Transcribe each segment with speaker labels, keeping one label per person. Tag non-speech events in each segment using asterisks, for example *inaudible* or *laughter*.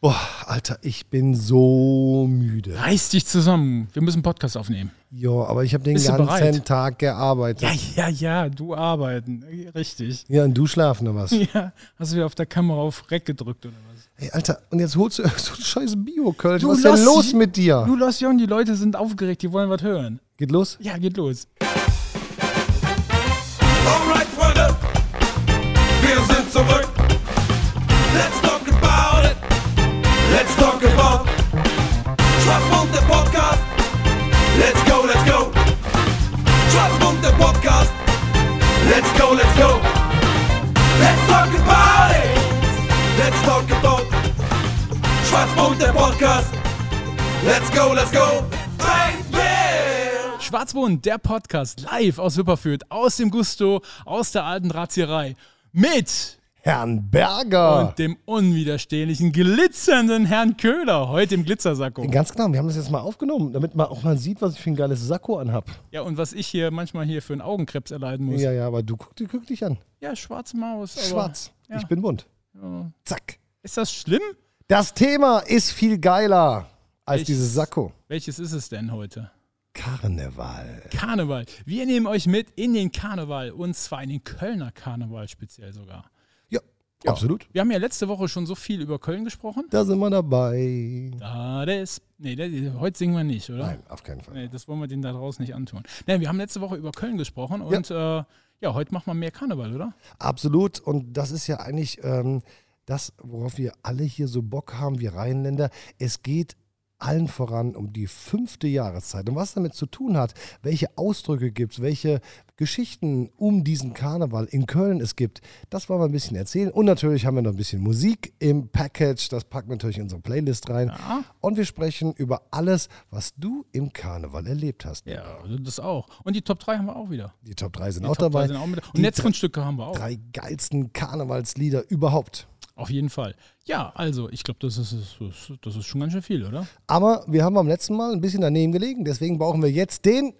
Speaker 1: Boah, Alter, ich bin so müde.
Speaker 2: Reiß dich zusammen. Wir müssen einen Podcast aufnehmen.
Speaker 1: Jo, aber ich habe den
Speaker 2: Bist du
Speaker 1: ganzen
Speaker 2: bereit?
Speaker 1: Tag gearbeitet.
Speaker 2: Ja,
Speaker 1: Ja,
Speaker 2: ja, ja, du arbeiten. Richtig. *laughs*
Speaker 1: und du schlafen oder was?
Speaker 2: Ja, hast du wieder auf der Kamera auf Reck gedrückt oder was?
Speaker 1: Ey, Alter, und jetzt holst du *laughs* so einen scheiß Bio-Kölsch.
Speaker 2: Du
Speaker 1: Was ist denn
Speaker 2: lass-
Speaker 1: los mit dir?
Speaker 2: Du, Los Jon, die Leute sind aufgeregt, die wollen was hören.
Speaker 1: Geht los?
Speaker 2: Ja, geht los.
Speaker 3: Alright, Freunde, wir sind zurück. Let's talk about it. Let's talk about Schwarzmund der Podcast. Let's go, let's go. Schwarzmund der Podcast. Let's go, let's go. Let's talk about it. Let's talk about Schwarzmund der Podcast. Let's go, let's go. Baby!
Speaker 2: Schwarzbund, der Podcast live aus Wipperfürth, aus dem Gusto, aus der alten Drahtzieherei. Mit
Speaker 1: Herrn Berger.
Speaker 2: und dem unwiderstehlichen, glitzernden Herrn Köhler, heute im Glitzersacko.
Speaker 1: Ganz genau, wir haben das jetzt mal aufgenommen, damit man auch mal sieht, was ich für ein geiles Sakko anhab.
Speaker 2: Ja, und was ich hier manchmal hier für einen Augenkrebs erleiden muss. Ja,
Speaker 1: Ja, ja, aber du guck, guck dich an.
Speaker 2: schwarze Maus. Aber
Speaker 1: Schwarz.
Speaker 2: ja.
Speaker 1: Ich bin bunt. Zack.
Speaker 2: Ist das schlimm?
Speaker 1: Das Thema ist viel geiler als
Speaker 2: Ich-
Speaker 1: dieses Sakko.
Speaker 2: Welches ist es denn heute?
Speaker 1: Karneval.
Speaker 2: Karneval. Wir nehmen euch mit in den Karneval und zwar in den Kölner Karneval speziell sogar.
Speaker 1: Ja, absolut.
Speaker 2: Wir haben ja letzte Woche schon so viel über Köln gesprochen.
Speaker 1: Da sind wir dabei.
Speaker 2: Da ist. Nee, das- heute singen wir nicht, oder?
Speaker 1: Nein, auf keinen Fall.
Speaker 2: Nee, das wollen wir denen da draußen nicht antun. Nein, wir haben letzte Woche über Köln gesprochen und ja, äh, ja heute machen wir mehr Karneval, oder?
Speaker 1: Absolut. Und das ist ja eigentlich ähm, das, worauf wir alle hier so Bock haben, wir Rheinländer. Es geht allen voran um die fünfte Jahreszeit und was damit zu tun hat, welche Ausdrücke gibt es, welche Geschichten um diesen Karneval in Köln es gibt. Das wollen wir ein bisschen erzählen. Und natürlich haben wir noch ein bisschen Musik im Package. Das packen wir natürlich in unsere Playlist rein. Und wir sprechen über alles, was du im Karneval erlebt hast.
Speaker 2: Ja, das auch. Und die Top 3 haben wir auch wieder.
Speaker 1: Die Top 3 sind
Speaker 2: Die
Speaker 1: auch
Speaker 2: Top 3
Speaker 1: dabei.
Speaker 2: Sind auch mit, und
Speaker 1: Die
Speaker 2: Netzgrundstücke haben wir auch.
Speaker 1: drei geilsten Karnevalslieder überhaupt.
Speaker 2: Auf jeden Fall. Ja, also ich glaube, das ist, das, ist, das ist schon ganz schön viel, oder?
Speaker 1: Aber wir haben beim letzten Mal ein bisschen daneben gelegen, deswegen brauchen wir jetzt den.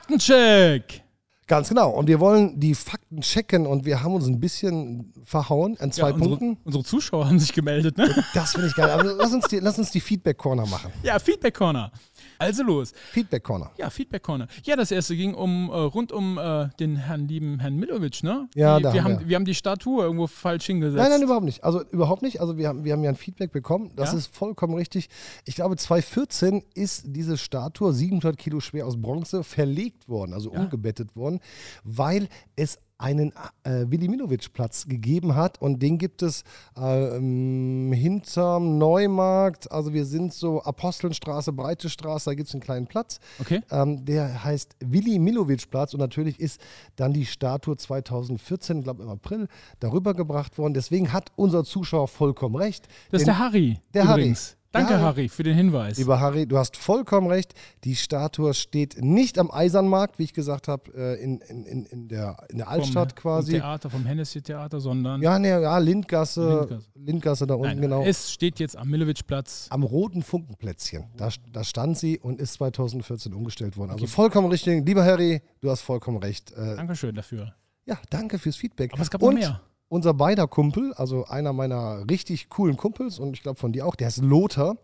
Speaker 2: Faktencheck!
Speaker 1: Ganz genau. Und wir wollen die Fakten checken und wir haben uns ein bisschen verhauen an zwei
Speaker 2: ja, unsere,
Speaker 1: Punkten.
Speaker 2: unsere Zuschauer haben sich
Speaker 1: *laughs*
Speaker 2: gemeldet, ne?
Speaker 1: Das finde ich geil. Aber lass uns die, lass uns die Feedback Corner machen.
Speaker 2: Ja, Feedback Corner. Also los.
Speaker 1: Feedback Corner.
Speaker 2: Ja, Feedback Corner. Ja, das erste ging um äh, rund um äh, den Herrn lieben Herrn Milovic, ne?
Speaker 1: Ja,
Speaker 2: die,
Speaker 1: da
Speaker 2: wir
Speaker 1: haben
Speaker 2: haben
Speaker 1: wir.
Speaker 2: wir haben die Statue irgendwo falsch hingesetzt.
Speaker 1: Nein, nein, überhaupt nicht. Also überhaupt nicht. Also wir haben, wir haben ja ein Feedback bekommen. Das
Speaker 2: Ja?
Speaker 1: ist vollkommen richtig. Ich glaube, 2014 ist diese Statue 700 Kilo schwer aus Bronze verlegt worden, also umgebettet worden, weil es einen äh, Willi Milowitsch-Platz gegeben hat und den gibt es äh, ähm, hinterm Neumarkt. Also wir sind so Apostelnstraße, Breite Straße, da gibt es einen kleinen Platz.
Speaker 2: Okay.
Speaker 1: Ähm, der heißt Willi Milowitsch Platz und natürlich ist dann die Statue 2014, glaube im April, darüber gebracht worden. Deswegen hat unser Zuschauer vollkommen recht.
Speaker 2: Das ist
Speaker 1: Denn-
Speaker 2: der Harry.
Speaker 1: der Harry.
Speaker 2: übrigens. Danke,
Speaker 1: Der Harry.
Speaker 2: Harry. für den Hinweis.
Speaker 1: Lieber Harry, du hast vollkommen recht. Die Statue steht nicht am Eisernmarkt, wie ich gesagt habe, äh, in, in, in, in, der, in der
Speaker 2: Vom-
Speaker 1: Altstadt
Speaker 2: Vom
Speaker 1: quasi.
Speaker 2: Theater, vom Hennessy-Theater, sondern.
Speaker 1: Ja, nee, ja, Lindgasse, Lindgasse,
Speaker 2: Lindgasse.
Speaker 1: da unten
Speaker 2: nein,
Speaker 1: genau. Äh.
Speaker 2: Es steht jetzt am Milovic-Platz.
Speaker 1: am roten Funkenplätzchen. Da, da stand sie und ist 2014 umgestellt worden. Also vollkommen richtig. Lieber Harry, du hast vollkommen recht. Äh,
Speaker 2: Dankeschön dafür.
Speaker 1: Ja, danke fürs Feedback.
Speaker 2: Aber es gab noch
Speaker 1: und
Speaker 2: mehr.
Speaker 1: Unser beider Kumpel, also einer meiner richtig coolen Kumpels und ich glaube von dir auch, der ist Lothar.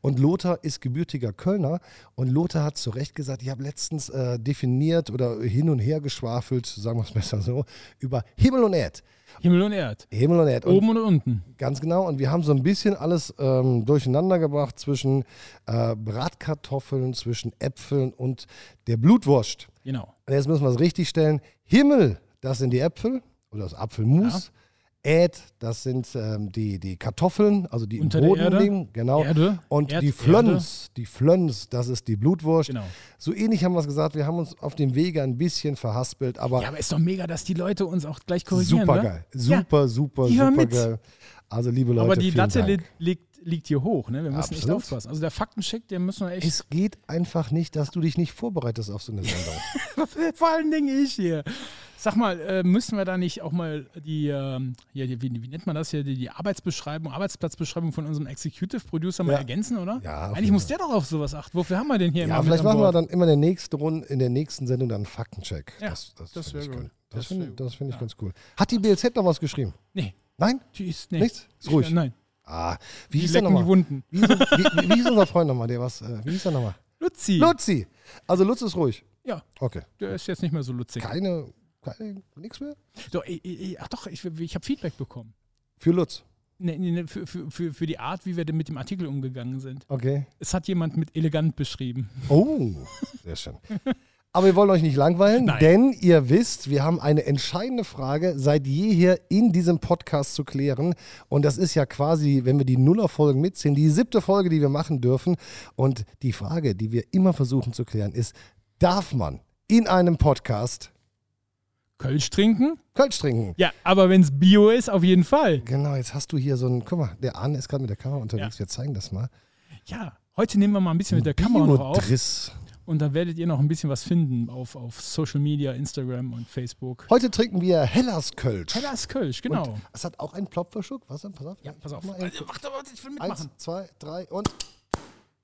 Speaker 1: Und Lothar ist gebürtiger Kölner. Und Lothar hat zu Recht gesagt, ich habe letztens äh, definiert oder hin und her geschwafelt, sagen wir es *laughs* besser so, über Himmel und Erd.
Speaker 2: Himmel und Erd.
Speaker 1: Himmel und Erd. Und
Speaker 2: Oben und unten.
Speaker 1: Ganz genau. Und wir haben so ein bisschen alles ähm, durcheinander gebracht zwischen äh, Bratkartoffeln, zwischen Äpfeln und der Blutwurst.
Speaker 2: Genau.
Speaker 1: Und jetzt müssen wir es richtig stellen. Himmel, das sind die Äpfel oder das Apfelmus. Äd, das sind ähm, die, die Kartoffeln, also die
Speaker 2: Unter
Speaker 1: im
Speaker 2: der
Speaker 1: Boden
Speaker 2: Erde.
Speaker 1: liegen. Genau.
Speaker 2: Erde.
Speaker 1: Und
Speaker 2: Erd-
Speaker 1: die Flöns, die Flöns, das ist die Blutwurst.
Speaker 2: Genau.
Speaker 1: So ähnlich haben wir es gesagt. Wir haben uns auf dem Wege ein bisschen verhaspelt, aber
Speaker 2: Ja, aber ist doch mega, dass die Leute uns auch gleich korrigieren.
Speaker 1: super
Speaker 2: wa?
Speaker 1: geil.
Speaker 2: Ja.
Speaker 1: Super, super,
Speaker 2: die hören
Speaker 1: super
Speaker 2: mit.
Speaker 1: geil. Also liebe Leute,
Speaker 2: Aber die
Speaker 1: vielen
Speaker 2: Latte
Speaker 1: Dank.
Speaker 2: li liegt, liegt hier hoch, ne? Wir müssen echt
Speaker 1: Absolut.
Speaker 2: aufpassen. Also der Faktencheck, den müssen wir echt.
Speaker 1: Es geht einfach nicht, dass du dich nicht vorbereitest auf so eine Sendung.
Speaker 2: *laughs* vor allen Dingen ich hier. Sag mal, äh, müssen wir da nicht auch mal die, ähm, ja, die wie, wie nennt man das hier, die, die Arbeitsbeschreibung, Arbeitsplatzbeschreibung von unserem Executive Producer mal
Speaker 1: Ja.
Speaker 2: ergänzen, oder?
Speaker 1: Ja, auf
Speaker 2: Eigentlich
Speaker 1: jeden
Speaker 2: muss der doch auf sowas achten. Wofür haben wir den hier
Speaker 1: ja,
Speaker 2: immer
Speaker 1: vielleicht
Speaker 2: mit
Speaker 1: machen
Speaker 2: an
Speaker 1: wir
Speaker 2: Bord?
Speaker 1: dann immer in der nächsten Runde, in der nächsten Sendung dann einen Faktencheck.
Speaker 2: Ja, das
Speaker 1: finde
Speaker 2: wäre
Speaker 1: ich
Speaker 2: gut.
Speaker 1: geil. Das
Speaker 2: Das
Speaker 1: finde
Speaker 2: wäre
Speaker 1: das find ich ganz cool. Hat die BLZ noch was geschrieben?
Speaker 2: Nee,
Speaker 1: Nein?
Speaker 2: die ist nee.
Speaker 1: Nichts? Ist ruhig.
Speaker 2: Ja, nein.
Speaker 1: Ah, wie
Speaker 2: Die
Speaker 1: hieß der
Speaker 2: lecken die
Speaker 1: nochmal?
Speaker 2: Wunden.
Speaker 1: Wie, hieß- wie, wie, wie hieß unser Freund nochmal? Der was? Äh, wie hieß er nochmal?
Speaker 2: Luzi.
Speaker 1: Luzi. Also Lutz ist ruhig.
Speaker 2: Ja,
Speaker 1: Okay.
Speaker 2: der ist jetzt nicht mehr so lutzig.
Speaker 1: Keine, keine, nichts mehr?
Speaker 2: Doch, ich, ich, ach doch, ich, ich habe Feedback bekommen.
Speaker 1: Für Lutz.
Speaker 2: Nee, nee, nee, für, für, für, für die Art, wie wir denn mit dem Artikel umgegangen sind.
Speaker 1: Okay.
Speaker 2: Es hat jemand mit elegant beschrieben.
Speaker 1: Oh, sehr schön. Aber wir wollen euch nicht langweilen,
Speaker 2: Nein.
Speaker 1: denn ihr wisst, wir haben eine entscheidende Frage seit jeher in diesem Podcast zu klären. Und das ist ja quasi, wenn wir die Nullerfolgen mitziehen, die siebte Folge, die wir machen dürfen. Und die Frage, die wir immer versuchen zu klären, ist: Darf man in einem Podcast
Speaker 2: Kölsch trinken?
Speaker 1: Kölsch trinken?
Speaker 2: Ja, aber wenn es Bio ist, auf jeden Fall.
Speaker 1: Genau, jetzt hast du hier so einen. Guck mal, der Arne ist gerade mit der Kamera unterwegs. Wir zeigen das mal.
Speaker 2: Ja, heute nehmen wir mal ein bisschen mit der Kamera noch auf.
Speaker 1: Biodriss.
Speaker 2: Und dann werdet ihr noch ein bisschen was finden auf, auf Social Media, Instagram und Facebook.
Speaker 1: Heute trinken wir Hellas Kölsch.
Speaker 2: Hellas Kölsch, genau.
Speaker 1: Es hat auch einen Plopverschluck. Was denn? Pass auf.
Speaker 2: ja, pass auf.
Speaker 1: Mal eben.
Speaker 2: Also, Mach doch mal, ich will
Speaker 1: Eins,
Speaker 2: mitmachen.
Speaker 1: zwei, drei und.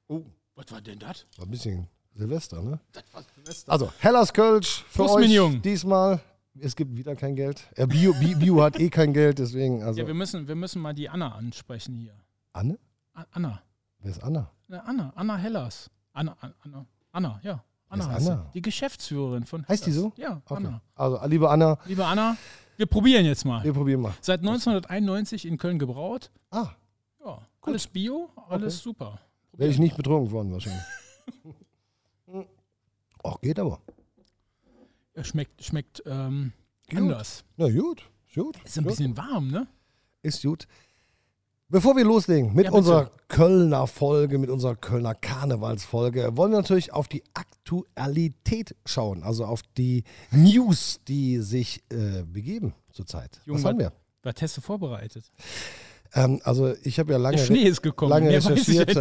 Speaker 1: Oh,
Speaker 2: Was war denn das?
Speaker 1: war ein bisschen Silvester, ne?
Speaker 2: Das war Silvester.
Speaker 1: Also, Hellas Kölsch für
Speaker 2: Prost,
Speaker 1: euch
Speaker 2: mein Jung.
Speaker 1: diesmal. Es gibt wieder kein Geld. Äh, Bio, Bi- Bio hat eh kein Geld, deswegen. Also.
Speaker 2: Ja, wir müssen, wir müssen mal die Anna ansprechen hier.
Speaker 1: Anne?
Speaker 2: A- Anna.
Speaker 1: Wer ist Anna?
Speaker 2: Na, Anna, Anna Hellas. Anna, An- Anna, Anna, ja. Anna
Speaker 1: Wer ist
Speaker 2: heißt sie.
Speaker 1: Anna?
Speaker 2: Die Geschäftsführerin von
Speaker 1: Heißt die
Speaker 2: Hellas. Ja,
Speaker 1: Okay.
Speaker 2: Anna.
Speaker 1: Also, liebe Anna,
Speaker 2: Liebe Anna, wir probieren jetzt mal.
Speaker 1: wir probieren mal.
Speaker 2: Seit 1991 in Köln gebraut.
Speaker 1: Ah,
Speaker 2: Ja, alles Bio, alles super.
Speaker 1: wäre ich nicht betrunken worden
Speaker 2: *laughs*
Speaker 1: wahrscheinlich. Hm. Ach, geht aber.
Speaker 2: Ja, Schmeckt, schmeckt ähm, anders.
Speaker 1: Na gut, ist gut.
Speaker 2: Ist ein
Speaker 1: gut.
Speaker 2: bisschen warm, ne?
Speaker 1: Ist gut. Bevor wir loslegen mit
Speaker 2: Ja, bitte.
Speaker 1: unserer Kölner Folge, mit unserer Kölner Karnevalsfolge, wollen wir natürlich auf die Aktualität schauen, also auf die News, die sich äh, begeben zurzeit. Was
Speaker 2: Junge,
Speaker 1: haben wir?
Speaker 2: War Teste vorbereitet.
Speaker 1: Ähm, also ich habe ja lange,
Speaker 2: Der Schnee ist gekommen.
Speaker 1: lange
Speaker 2: mehr weiß ich
Speaker 1: recherchiert.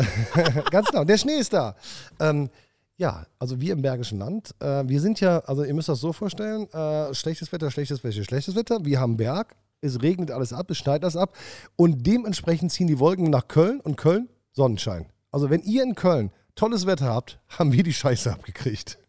Speaker 1: *laughs*
Speaker 2: jetzt.
Speaker 1: Ganz genau, der Schnee ist da. Ähm, ja, also wir im Bergischen Land, äh, wir sind ja, also ihr müsst das so vorstellen, äh, schlechtes Wetter, schlechtes Wäsche, schlechtes Wetter, wir haben Berg, es regnet alles ab, es schneit alles ab und dementsprechend ziehen die Wolken nach Köln und Köln Sonnenschein. Also wenn ihr in Köln tolles Wetter habt, haben wir die Scheiße abgekriegt.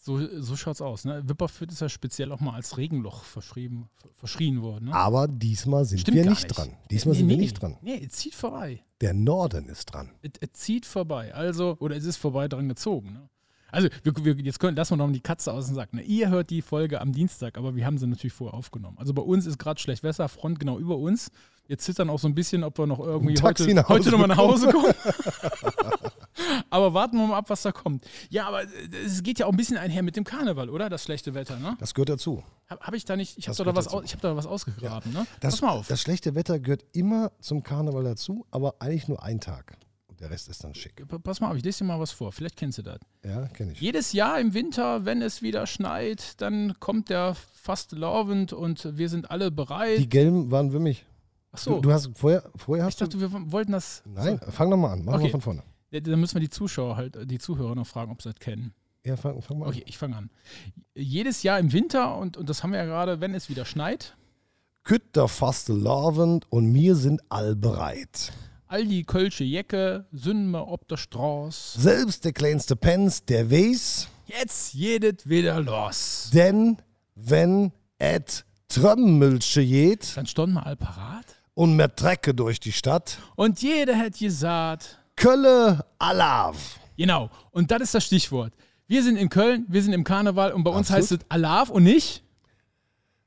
Speaker 2: So, so schaut's aus. Ne? Wipperfürth ist ja speziell auch mal als Regenloch verschrieben, ver- verschrien worden. Ne?
Speaker 1: Aber diesmal sind Ah, wir
Speaker 2: gar
Speaker 1: nicht, dran. Diesmal sind wir nicht dran.
Speaker 2: Nee, es zieht vorbei.
Speaker 1: Der Norden ist dran.
Speaker 2: Es es zieht vorbei. Also, oder es ist vorbei dran gezogen. Ne? Also, wir, wir, jetzt können, lassen wir noch mal die Katze aus dem Sack. Ne? Ihr hört die Folge am Dienstag, aber wir haben sie natürlich vorher aufgenommen. Also bei uns ist gerade schlecht Wetter, Front genau über uns. Wir zittern auch so ein bisschen, ob wir noch irgendwie
Speaker 1: Ein Taxi
Speaker 2: heute,
Speaker 1: nach Hause
Speaker 2: heute nochmal nach Hause kommen.
Speaker 1: *laughs*
Speaker 2: *laughs* aber warten wir mal ab, was da kommt. Ja, aber äh, es geht ja auch ein bisschen einher mit dem Karneval, oder? Das schlechte Wetter, ne?
Speaker 1: Das gehört dazu.
Speaker 2: Habe hab ich da nicht, ich habe
Speaker 1: Das
Speaker 2: da,
Speaker 1: gehört
Speaker 2: was
Speaker 1: dazu.
Speaker 2: au- ich hab da was ausgegraben, ne?
Speaker 1: Das,
Speaker 2: Pass mal auf.
Speaker 1: das schlechte Wetter gehört immer zum Karneval dazu, aber eigentlich nur ein Tag. Und der Rest ist dann schick.
Speaker 2: Pa- Pass mal auf, ich lese dir mal was vor. Vielleicht kennst du das.
Speaker 1: Ja, kenne ich.
Speaker 2: Jedes Jahr im Winter, wenn es wieder schneit, dann kommt der fast laufend und wir sind alle
Speaker 1: Die
Speaker 2: bereit.
Speaker 1: gelben waren für mich.
Speaker 2: Ach
Speaker 1: Du,
Speaker 2: so,
Speaker 1: du hast vorher, vorher
Speaker 2: ich
Speaker 1: hast du.
Speaker 2: dachte, wir wollten das.
Speaker 1: Nein, fang nochmal an. Machen wir
Speaker 2: Okay.
Speaker 1: von vorne.
Speaker 2: Ja, Dann müssen wir die Zuschauer halt, äh, die Zuhörer noch fragen, ob sie das kennen.
Speaker 1: Ja, fang, fang mal
Speaker 2: Okay,
Speaker 1: an.
Speaker 2: ich fange an. Jedes Jahr im Winter, und, und das haben wir ja gerade, wenn es wieder schneit,
Speaker 1: Kütter faste Lovend und mir sind all bereit.
Speaker 2: all die Kölsche Jecke, Sünme ob der Straß.
Speaker 1: Selbst der kleinste Pens, der weiß,
Speaker 2: Jetzt jedet wieder los.
Speaker 1: denn wenn et Trömmelsche geht
Speaker 2: Dann standen wir all parat.
Speaker 1: und mehr Trecke durch die Stadt,
Speaker 2: Und jeder hätte gesagt,
Speaker 1: Kölle Alav.
Speaker 2: Genau. Und das ist das Stichwort. Wir sind in Köln, wir sind im Karneval und bei uns
Speaker 1: Absolut.
Speaker 2: heißt es Alav und nicht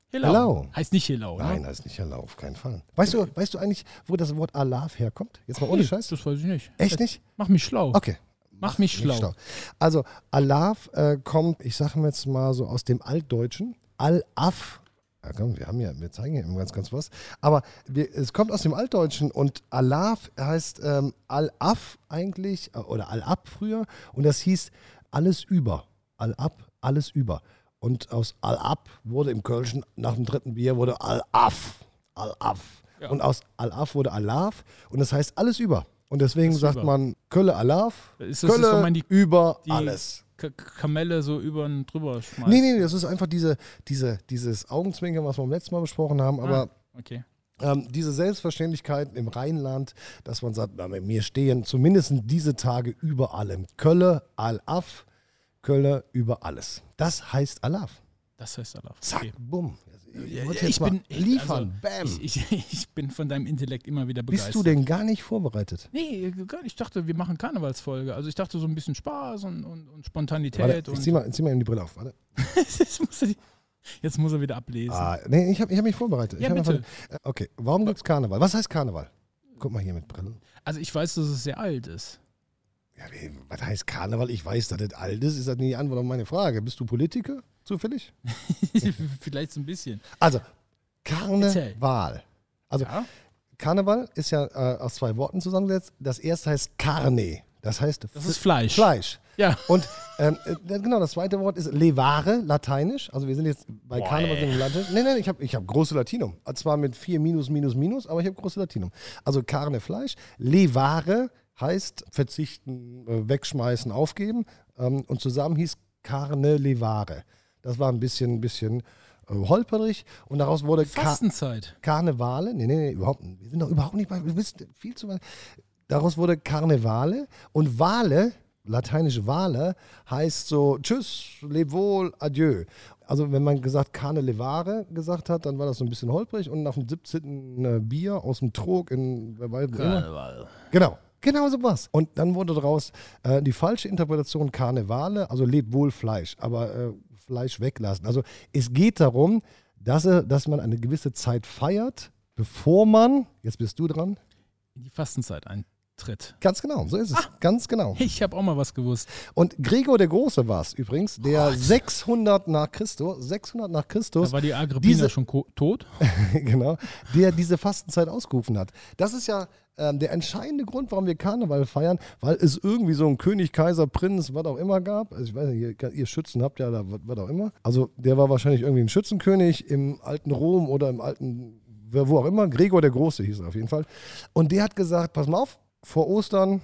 Speaker 2: Helau.
Speaker 1: Helau.
Speaker 2: Heißt nicht Helau.
Speaker 1: Nein,
Speaker 2: ne?
Speaker 1: das ist nicht erlaubt, auf keinen Fall. Weißt du, weißt du eigentlich, wo das Wort Alav herkommt? Jetzt mal ohne
Speaker 2: Nee,
Speaker 1: Scheiß.
Speaker 2: Das weiß ich nicht.
Speaker 1: Echt nicht?
Speaker 2: Mach mich schlau.
Speaker 1: Okay.
Speaker 2: Mach mich schlau.
Speaker 1: Nicht schlau. Also Alav äh, kommt, ich sage jetzt mal so aus dem Altdeutschen, Al-Af. Ja, komm, wir haben ja, wir zeigen ja immer ganz, ganz was. Aber wir, es kommt aus dem Altdeutschen und Alav heißt ähm, Al-Af eigentlich äh, oder Al-Ab früher und das hieß alles über. Al-Ab, alles über. Und aus Al-Ab wurde im Kölschen nach dem dritten Bier wurde Al-Af. Al-Af.
Speaker 2: Ja.
Speaker 1: Und aus Al-Af wurde Alav und das heißt alles über. Und deswegen sagt
Speaker 2: über.
Speaker 1: man Kölle Alav,
Speaker 2: Ist das- ist
Speaker 1: Kölle
Speaker 2: doch mein die-
Speaker 1: über
Speaker 2: Die
Speaker 1: alles.
Speaker 2: K Kamelle so über und drüber schmeißen.
Speaker 1: Nee, nee, nee, das ist einfach diese, diese, dieses Augenzwinkern, was wir beim letzten Mal besprochen haben,
Speaker 2: Ah.
Speaker 1: aber
Speaker 2: Okay.
Speaker 1: ähm, diese Selbstverständlichkeit im Rheinland, dass man sagt, na, mit mir stehen zumindest diese Tage über allem. Kölle, Al-Af, Kölle über alles. Das heißt Alaf.
Speaker 2: Das heißt Salaf.
Speaker 1: Zack,
Speaker 2: Okay.
Speaker 1: bumm.
Speaker 2: Ja,
Speaker 1: wollte
Speaker 2: ja,
Speaker 1: jetzt mal liefern.
Speaker 2: also,
Speaker 1: Bam.
Speaker 2: Ich, ich, *laughs* ich bin von deinem Intellekt immer wieder begeistert.
Speaker 1: Bist du denn gar nicht vorbereitet?
Speaker 2: Nee, gar nicht. ich dachte, wir machen Karnevalsfolge. Also ich dachte so ein bisschen Spaß und, und, und Spontanität.
Speaker 1: Warte, ich
Speaker 2: und
Speaker 1: zieh mal, zieh mal eben die Brille auf. Warte.
Speaker 2: *laughs* jetzt, muss er, die- jetzt muss er wieder ablesen.
Speaker 1: Ah, nee, ich habe ich hab mich vorbereitet.
Speaker 2: Ja,
Speaker 1: ich hab
Speaker 2: bitte.
Speaker 1: Einfach, okay, warum gibt's Karneval? Was heißt Karneval? Guck mal hier mit Brillen.
Speaker 2: Also ich weiß, dass es sehr alt ist.
Speaker 1: Ja, wie- was heißt Karneval? Ich weiß, dass das alt ist. Ist das nicht die Antwort auf meine Frage? Bist du Politiker zufällig?
Speaker 2: *laughs* Vielleicht so ein bisschen.
Speaker 1: Also, Karneval. Also,
Speaker 2: Ja?
Speaker 1: Karneval ist ja äh, aus zwei Worten zusammengesetzt. Das erste heißt Carne. Das heißt
Speaker 2: Das ist Fleisch.
Speaker 1: Fleisch.
Speaker 2: Ja.
Speaker 1: *laughs* Und ähm, äh, genau, das zweite Wort ist Levare, lateinisch. Also wir sind jetzt bei
Speaker 2: Boah,
Speaker 1: Karneval
Speaker 2: ey.
Speaker 1: sind wir lateinisch. Nein, nein, ich habe ich hab große Latinum. Und Zwar mit 4 minus minus minus, aber ich habe große Latinum. Also Karne, Fleisch. Levare heißt verzichten, äh, wegschmeißen, aufgeben. Ähm, und zusammen hieß Karne, Levare. Das war ein bisschen, ein bisschen äh, holperig. Und daraus wurde Ka-
Speaker 2: Fastenzeit.
Speaker 1: Karnevale, nee, nee, nee, überhaupt nicht. Wir sind doch überhaupt nicht bei, du bist viel zu weit. Daraus wurde Karnevale und Wale, lateinisch Wale, heißt so Tschüss, leb wohl, adieu. Also wenn man gesagt Karnelevare gesagt hat, dann war das so ein bisschen holprig und nach dem 17. Bier aus dem Trog in, wer weiß, wo immer.
Speaker 2: Karneval.
Speaker 1: Genau, genau sowas. Und dann wurde daraus äh, die falsche Interpretation Karnevale, also lebt wohl Fleisch, aber äh, Fleisch weglassen. Also es geht darum, dass, äh, dass man eine gewisse Zeit feiert, bevor man, jetzt bist du dran,
Speaker 2: In die Fastenzeit eintritt.
Speaker 1: ganz genau, so ist es, ganz genau.
Speaker 2: Ich habe auch mal was gewusst.
Speaker 1: Und Gregor der Große war es übrigens, der 600 nach Christus, 600 nach Christus,
Speaker 2: Da war die Agrippina
Speaker 1: diese-
Speaker 2: schon ko- tot.
Speaker 1: *laughs* genau, der diese Fastenzeit ausgerufen hat. Das ist ja ähm, der entscheidende Grund, warum wir Karneval feiern, weil es irgendwie so einen König, Kaiser, Prinz, was auch immer gab. Also ich weiß nicht, ihr, ihr Schützen habt ja da was was auch immer. Also der war wahrscheinlich irgendwie ein Schützenkönig im alten Rom oder im alten, wer- wo auch immer. Gregor der Große hieß er auf jeden Fall. Und der hat gesagt, pass mal auf, vor Ostern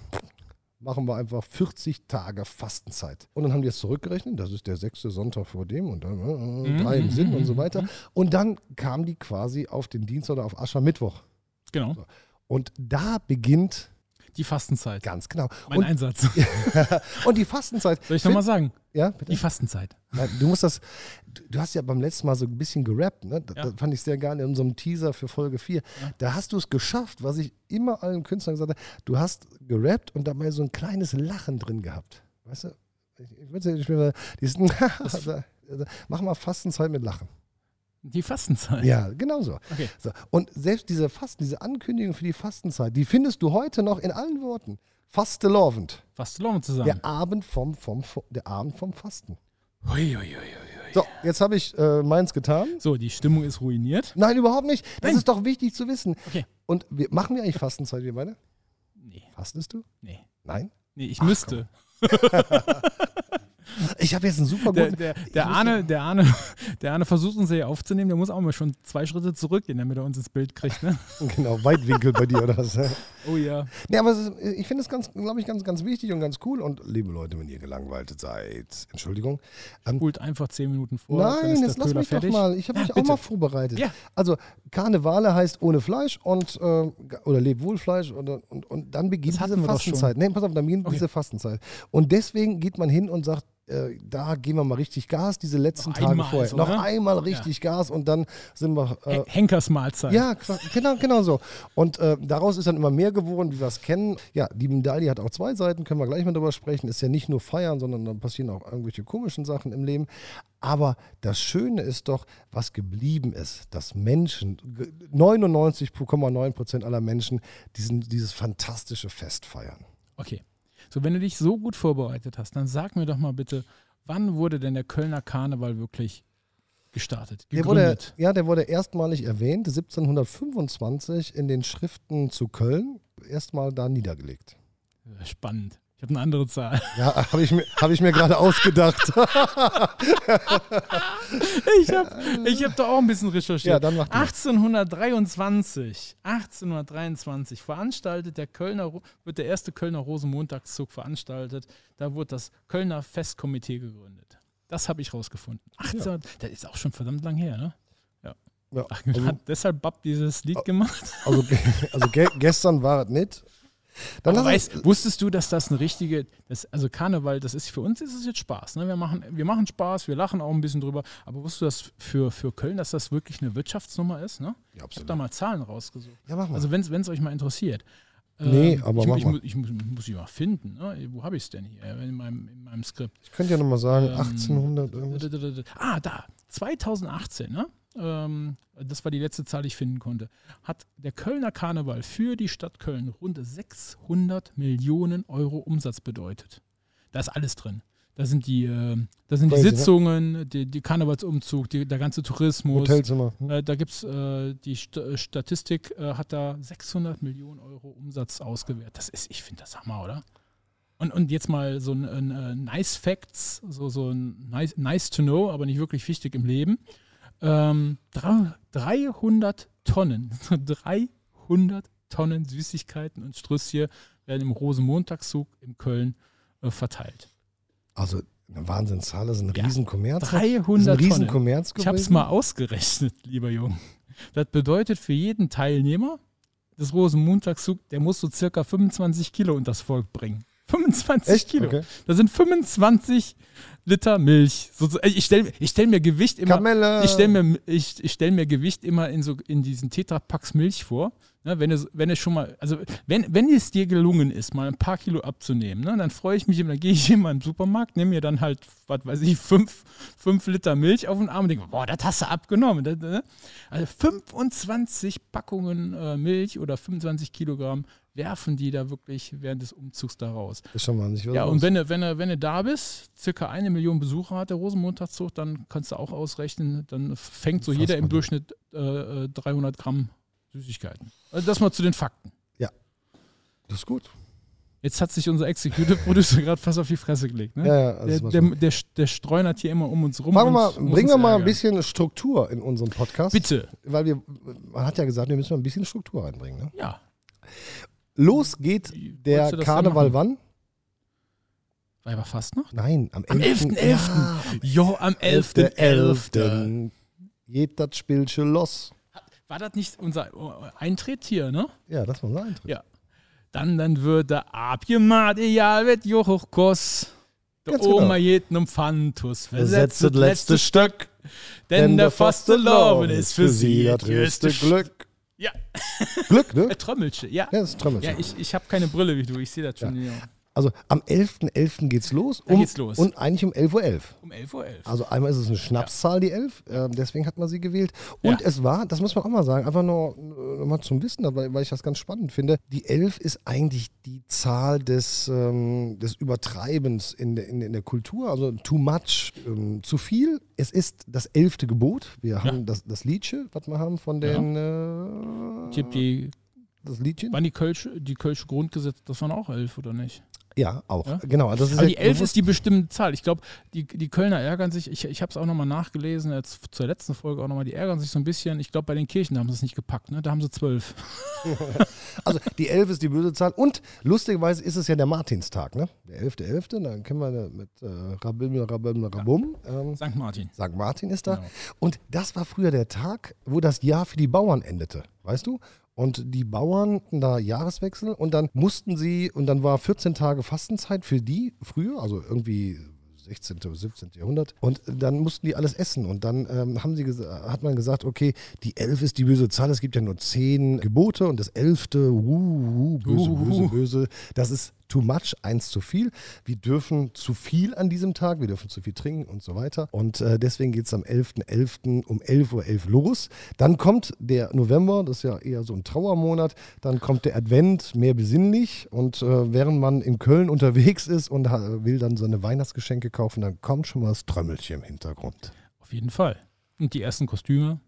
Speaker 1: machen wir einfach 40 Tage Fastenzeit. Und dann haben die es zurückgerechnet, das ist der sechste Sonntag vor dem und dann äh,
Speaker 2: Mhm.
Speaker 1: äh, drei im Sinn und so weiter. Und dann kamen die quasi auf den Dienst oder auf Aschermittwoch.
Speaker 2: Genau.
Speaker 1: Und da beginnt
Speaker 2: Die Fastenzeit.
Speaker 1: ganz genau.
Speaker 2: Mein
Speaker 1: Und,
Speaker 2: Einsatz.
Speaker 1: *laughs* und die Fastenzeit.
Speaker 2: Soll ich nochmal sagen?
Speaker 1: Ja, bitte?
Speaker 2: Die Fastenzeit.
Speaker 1: Nein, du musst das, du du hast ja beim letzten Mal so ein bisschen gerappt, ne? Das,
Speaker 2: Ja.
Speaker 1: das fand ich sehr geil in unserem Teaser für Folge 4. Da hast du es geschafft, was ich immer allen Künstlern gesagt habe. Du hast gerappt und dabei so ein kleines Lachen drin gehabt. Weißt du? Ich, ich würde nicht mehr, dieses, *laughs* da, da, mach mal Fastenzeit mit Lachen.
Speaker 2: Die Fastenzeit.
Speaker 1: Ja, genau so.
Speaker 2: Okay.
Speaker 1: so. Und selbst diese Fasten, diese Ankündigung für die Fastenzeit, die findest du heute noch in allen Worten. Fastelovend.
Speaker 2: Fastelovend zusammen.
Speaker 1: Der Abend vom, vom, vom, der Abend vom Fasten.
Speaker 2: Hui, hui, hui, hui, hui.
Speaker 1: So, jetzt habe ich äh, meins getan.
Speaker 2: So, die Stimmung ist ruiniert.
Speaker 1: Nein, überhaupt nicht. Das
Speaker 2: Nein.
Speaker 1: ist doch wichtig zu wissen.
Speaker 2: Okay.
Speaker 1: Und wir, machen wir eigentlich Fastenzeit, wir beide?
Speaker 2: Nee,
Speaker 1: Fastest du?
Speaker 2: nee.
Speaker 1: Nein?
Speaker 2: Nee, ich müsste.
Speaker 1: Ich habe jetzt einen super
Speaker 2: Der,
Speaker 1: guten.
Speaker 2: der,
Speaker 1: Ich
Speaker 2: der,
Speaker 1: muss-
Speaker 2: Arne, der, Arne, *laughs* der Arne versucht uns hier aufzunehmen, der muss auch mal schon zwei Schritte zurückgehen, damit er uns ins Bild kriegt. Ne?
Speaker 1: Genau, Weitwinkel bei dir oder was. ne?
Speaker 2: Oh ja.
Speaker 1: Nee, aber es ist, ich finde es ganz, glaube ich, ganz, ganz wichtig und ganz cool. Und liebe Leute, wenn ihr gelangweilt seid, Entschuldigung. Ähm,
Speaker 2: Holt einfach zehn Minuten vor. dann
Speaker 1: nein,
Speaker 2: ist
Speaker 1: jetzt
Speaker 2: der
Speaker 1: lass
Speaker 2: Köder
Speaker 1: mich
Speaker 2: fertig.
Speaker 1: doch mal. Ich habe
Speaker 2: Ja,
Speaker 1: mich auch
Speaker 2: bitte.
Speaker 1: mal vorbereitet.
Speaker 2: Ja.
Speaker 1: Also Karnevale heißt ohne Fleisch und äh, oder lebt wohl Fleisch oder, und, und dann beginnt
Speaker 2: Das hatten
Speaker 1: diese
Speaker 2: wir doch schon.
Speaker 1: Fastenzeit. Nee, pass auf, dann beginnt
Speaker 2: Okay.
Speaker 1: diese Fastenzeit. Und deswegen geht man hin und sagt, äh, da geben wir mal richtig Gas, diese letzten
Speaker 2: Noch
Speaker 1: Tage
Speaker 2: einmal
Speaker 1: vorher.
Speaker 2: so,
Speaker 1: Noch
Speaker 2: ne?
Speaker 1: einmal richtig Gas und dann sind wir. Äh,
Speaker 2: Hen- Henkers Mahlzeit.
Speaker 1: ja, klar, genau, genau so. Und äh, daraus ist dann immer mehr geworden, wie wir es kennen. Ja, die Medaille hat auch zwei Seiten, können wir gleich mal drüber sprechen. Ist ja nicht nur feiern, sondern dann passieren auch irgendwelche komischen Sachen im Leben. Aber das Schöne ist doch, was geblieben ist, dass Menschen, ge- 99,9 Prozent aller Menschen, diesen, dieses fantastische Fest feiern.
Speaker 2: Okay. So, wenn du dich so gut vorbereitet hast, dann sag mir doch mal bitte, wann wurde denn der Kölner Karneval wirklich gestartet,
Speaker 1: Der wurde,
Speaker 2: gegründet?
Speaker 1: ja, der wurde erstmalig erwähnt, 1725 in den Schriften zu Köln, erstmal da niedergelegt.
Speaker 2: Spannend. Ich habe eine andere Zahl.
Speaker 1: Ja, habe ich mir, hab ich mir gerade ausgedacht.
Speaker 2: Ich habe ich hab da auch ein bisschen recherchiert.
Speaker 1: Ja, dann mach du.
Speaker 2: 1823, 1823 veranstaltet der Kölner, Ro- wird der erste Kölner Rosenmontagszug veranstaltet. Da wurde das Kölner Festkomitee gegründet. Das habe ich rausgefunden. 1800, Das ist auch schon verdammt lang her, ne?
Speaker 1: Ja,
Speaker 2: Ach,
Speaker 1: also- Oh.
Speaker 2: hat deshalb Bab dieses Lied gemacht?
Speaker 1: Also, also ge gestern war es nicht. Dann
Speaker 2: Aber
Speaker 1: lass uns-
Speaker 2: weißt, wusstest du, dass das eine richtige, das, also Karneval, das ist für uns ist es jetzt Spaß. Ne? Wir, machen, wir machen Spaß, wir lachen auch ein bisschen drüber. Aber wusstest du, dass für, für Köln, dass das wirklich eine Wirtschaftsnummer ist? Ne?
Speaker 1: Ja,
Speaker 2: Ich habe
Speaker 1: absolut.
Speaker 2: da mal Zahlen rausgesucht.
Speaker 1: Ja, mach mal.
Speaker 2: Also wenn es euch mal interessiert.
Speaker 1: Nee,
Speaker 2: Ähm,
Speaker 1: aber
Speaker 2: ich,
Speaker 1: mach
Speaker 2: ich,
Speaker 1: mal.
Speaker 2: mu- Ich, muss, muss sie mal finden. Ne? Wo habe ich es denn hier? In meinem, in meinem Skript.
Speaker 1: ich könnte ja nochmal sagen,
Speaker 2: Ähm,
Speaker 1: 1800 irgendwas.
Speaker 2: Ah, da. 2018, ne? Ähm, das war die letzte Zahl, die ich finden konnte. Hat der Kölner Karneval für die Stadt Köln rund 600 Millionen Euro Umsatz bedeutet. Da ist alles drin. Da sind die, äh, da sind die
Speaker 1: Crazy, ne?
Speaker 2: Sitzungen, die, die Karnevalsumzug, die, der ganze Tourismus.
Speaker 1: Hotelzimmer. Hm?
Speaker 2: Äh, da gibt es äh, die St äh, Statistik, äh, hat da 600 Millionen Euro Umsatz ausgewertet. Das ist, ich finde das Hammer, oder? Und, und jetzt mal so ein, ein äh, Nice Facts, so, so ein nice, nice to know, aber nicht wirklich wichtig im Leben. Ähm,
Speaker 1: Ah.
Speaker 2: drei- 300 Tonnen, *laughs* 300 Tonnen Süßigkeiten und Strüsschen werden im Rosenmontagszug in Köln äh, verteilt.
Speaker 1: Also eine Wahnsinnszahl, das ist ein
Speaker 2: Ja.
Speaker 1: Riesenkommerz. Das ist ein
Speaker 2: 300 Tonnen.
Speaker 1: Riesenkommerz
Speaker 2: Ich habe es
Speaker 1: gewesen.
Speaker 2: mal ausgerechnet, *laughs* lieber Junge. Das bedeutet für jeden Teilnehmer des Rosenmontagszug, der muss so circa 25 Kilo unters Volk bringen. 25
Speaker 1: Echt?
Speaker 2: Kilo.
Speaker 1: Okay.
Speaker 2: Das sind 25 Liter Milch. So, so, ich stelle ich stell mir Gewicht immer.
Speaker 1: Kamelle.
Speaker 2: Ich stelle mir, ich, ich stell mir Gewicht immer in, so, in diesen Tetrapacks Milch vor. Ne, wenn, es, wenn es schon mal, also wenn, wenn es dir gelungen ist, mal ein paar Kilo abzunehmen, ne, dann freue ich mich immer, dann gehe ich immer in den Supermarkt, nehme mir dann halt, was weiß ich, fünf, fünf Liter Milch auf den Arm und denke, boah, das hast du abgenommen. Das, ne? Also 25 Packungen äh, Milch oder 25 Kilogramm werfen die da wirklich während des Umzugs da raus.
Speaker 1: Ist schon wahnsinnig. was
Speaker 2: Ja,
Speaker 1: los.
Speaker 2: und wenn du, wenn, du, wenn du da bist, circa eine Million Besucher hat der Rosenmontagszug, dann kannst du auch ausrechnen, dann fängt so
Speaker 1: Fass
Speaker 2: jeder im
Speaker 1: man.
Speaker 2: Durchschnitt äh, äh, 300 Gramm Süßigkeiten. Also das mal zu den Fakten.
Speaker 1: Das ist gut.
Speaker 2: Jetzt hat sich unser Executive *laughs* Producer gerade fast auf die Fresse gelegt. Ne?
Speaker 1: Ja, ja, das
Speaker 2: der,
Speaker 1: ist was
Speaker 2: der,
Speaker 1: los.
Speaker 2: der, der streunert hier immer um uns rum.
Speaker 1: Fangen wir
Speaker 2: und
Speaker 1: mal,
Speaker 2: muss
Speaker 1: bringen
Speaker 2: uns
Speaker 1: wir mal ein
Speaker 2: ärgern.
Speaker 1: bisschen Struktur in unseren Podcast.
Speaker 2: Bitte.
Speaker 1: Weil wir, man hat ja gesagt, wir müssen mal ein bisschen Struktur reinbringen. Ne?
Speaker 2: Ja.
Speaker 1: Los geht
Speaker 2: Wie wolltest
Speaker 1: der
Speaker 2: du das denn
Speaker 1: Karneval
Speaker 2: machen?
Speaker 1: wann?
Speaker 2: War aber fast noch.
Speaker 1: Nein, am
Speaker 2: Am
Speaker 1: 11.11.
Speaker 2: 11.11. Jo, am 11.11. 11.
Speaker 1: 11.11. Geht das Spielchen los.
Speaker 2: War das nicht unser äh, Eintritt hier, ne?
Speaker 1: Ja, das war unser Eintritt.
Speaker 2: Ja. Dann, dann wird er abgemacht, egal wird Jochuchkos. Der
Speaker 1: Ganz genau.
Speaker 2: Oma jeden um Pfantus versetzt
Speaker 1: Versetzt
Speaker 2: das letzte Stück,
Speaker 1: Stück,
Speaker 2: denn der faste Laufen ist für sie das größte Glück.
Speaker 1: Glück.
Speaker 2: Ja,
Speaker 1: Glück, ne?
Speaker 2: äh, Trommelchen, ja.
Speaker 1: Ja, das ist Trommelchen.
Speaker 2: Ja, ich, ich habe keine Brille wie du, ich sehe das schon. Ja.
Speaker 1: Also am 11.11. geht's los.
Speaker 2: Da
Speaker 1: um-
Speaker 2: geht's los.
Speaker 1: Und eigentlich um 11.11 Uhr.
Speaker 2: Um 11.11 Uhr.
Speaker 1: Also einmal ist es eine Schnapszahl, die 11, ähm, deswegen hat man sie gewählt. Und
Speaker 2: Ja.
Speaker 1: es war, das muss man auch mal sagen, einfach nur, äh, mal zum Wissen, weil, weil ich das ganz spannend finde. Die 11 ist eigentlich die Zahl des, ähm, des Übertreibens in der, in, in der Kultur, also too much, ähm, zu viel. Es ist das elfte Gebot. Wir haben das, das Liedchen, was wir haben von den, äh,
Speaker 2: Ich hab die,
Speaker 1: das Liedchen.
Speaker 2: waren die Kölsch, die Kölsche Grundgesetze, das waren auch elf, oder nicht?
Speaker 1: Ja, auch.
Speaker 2: Ja?
Speaker 1: Genau. Das ist
Speaker 2: Aber
Speaker 1: ja
Speaker 2: die 11
Speaker 1: bewusst-
Speaker 2: ist die bestimmte Zahl. Ich glaube, die, die Kölner ärgern sich, ich, ich habe es auch nochmal nachgelesen, jetzt zur letzten Folge auch nochmal, die ärgern sich so ein bisschen. Ich glaube, bei den Kirchen haben sie es nicht gepackt, ne? da haben sie 12.
Speaker 1: Also die 11 ist die böse Zahl. Und lustigerweise ist es ja der Martinstag, ne? Der 11.11., dann kennen wir da mit äh, Rabim, Rabim, Rabum. Ähm,
Speaker 2: St. Martin.
Speaker 1: St. Martin ist da.
Speaker 2: Genau.
Speaker 1: Und das war früher der Tag, wo das Jahr für die Bauern endete, weißt du? Und die Bauern hatten da Jahreswechsel und dann mussten sie, und dann war 14 Tage Fastenzeit für die früher, also irgendwie 16., 17. Jahrhundert. Und dann mussten die alles essen. Und dann ähm, haben sie ges- hat man gesagt, okay, die Elf ist die böse Zahl, es gibt ja nur zehn Gebote und das Elfte, uh, uh, böse, böse,
Speaker 2: Uhuhu.
Speaker 1: böse, das ist too much, eins zu viel. Wir dürfen zu viel an diesem Tag, wir dürfen zu viel trinken und so weiter. Und äh, deswegen geht es am 11.11. um 11.11 Uhr los. Dann kommt der November, das ist ja eher so ein Trauermonat. Dann kommt der Advent, mehr besinnlich. Und äh, während man in Köln unterwegs ist und ha- will dann seine Weihnachtsgeschenke kaufen, dann kommt schon mal das Trömmelchen im Hintergrund.
Speaker 2: Auf jeden Fall. Und die ersten Kostüme.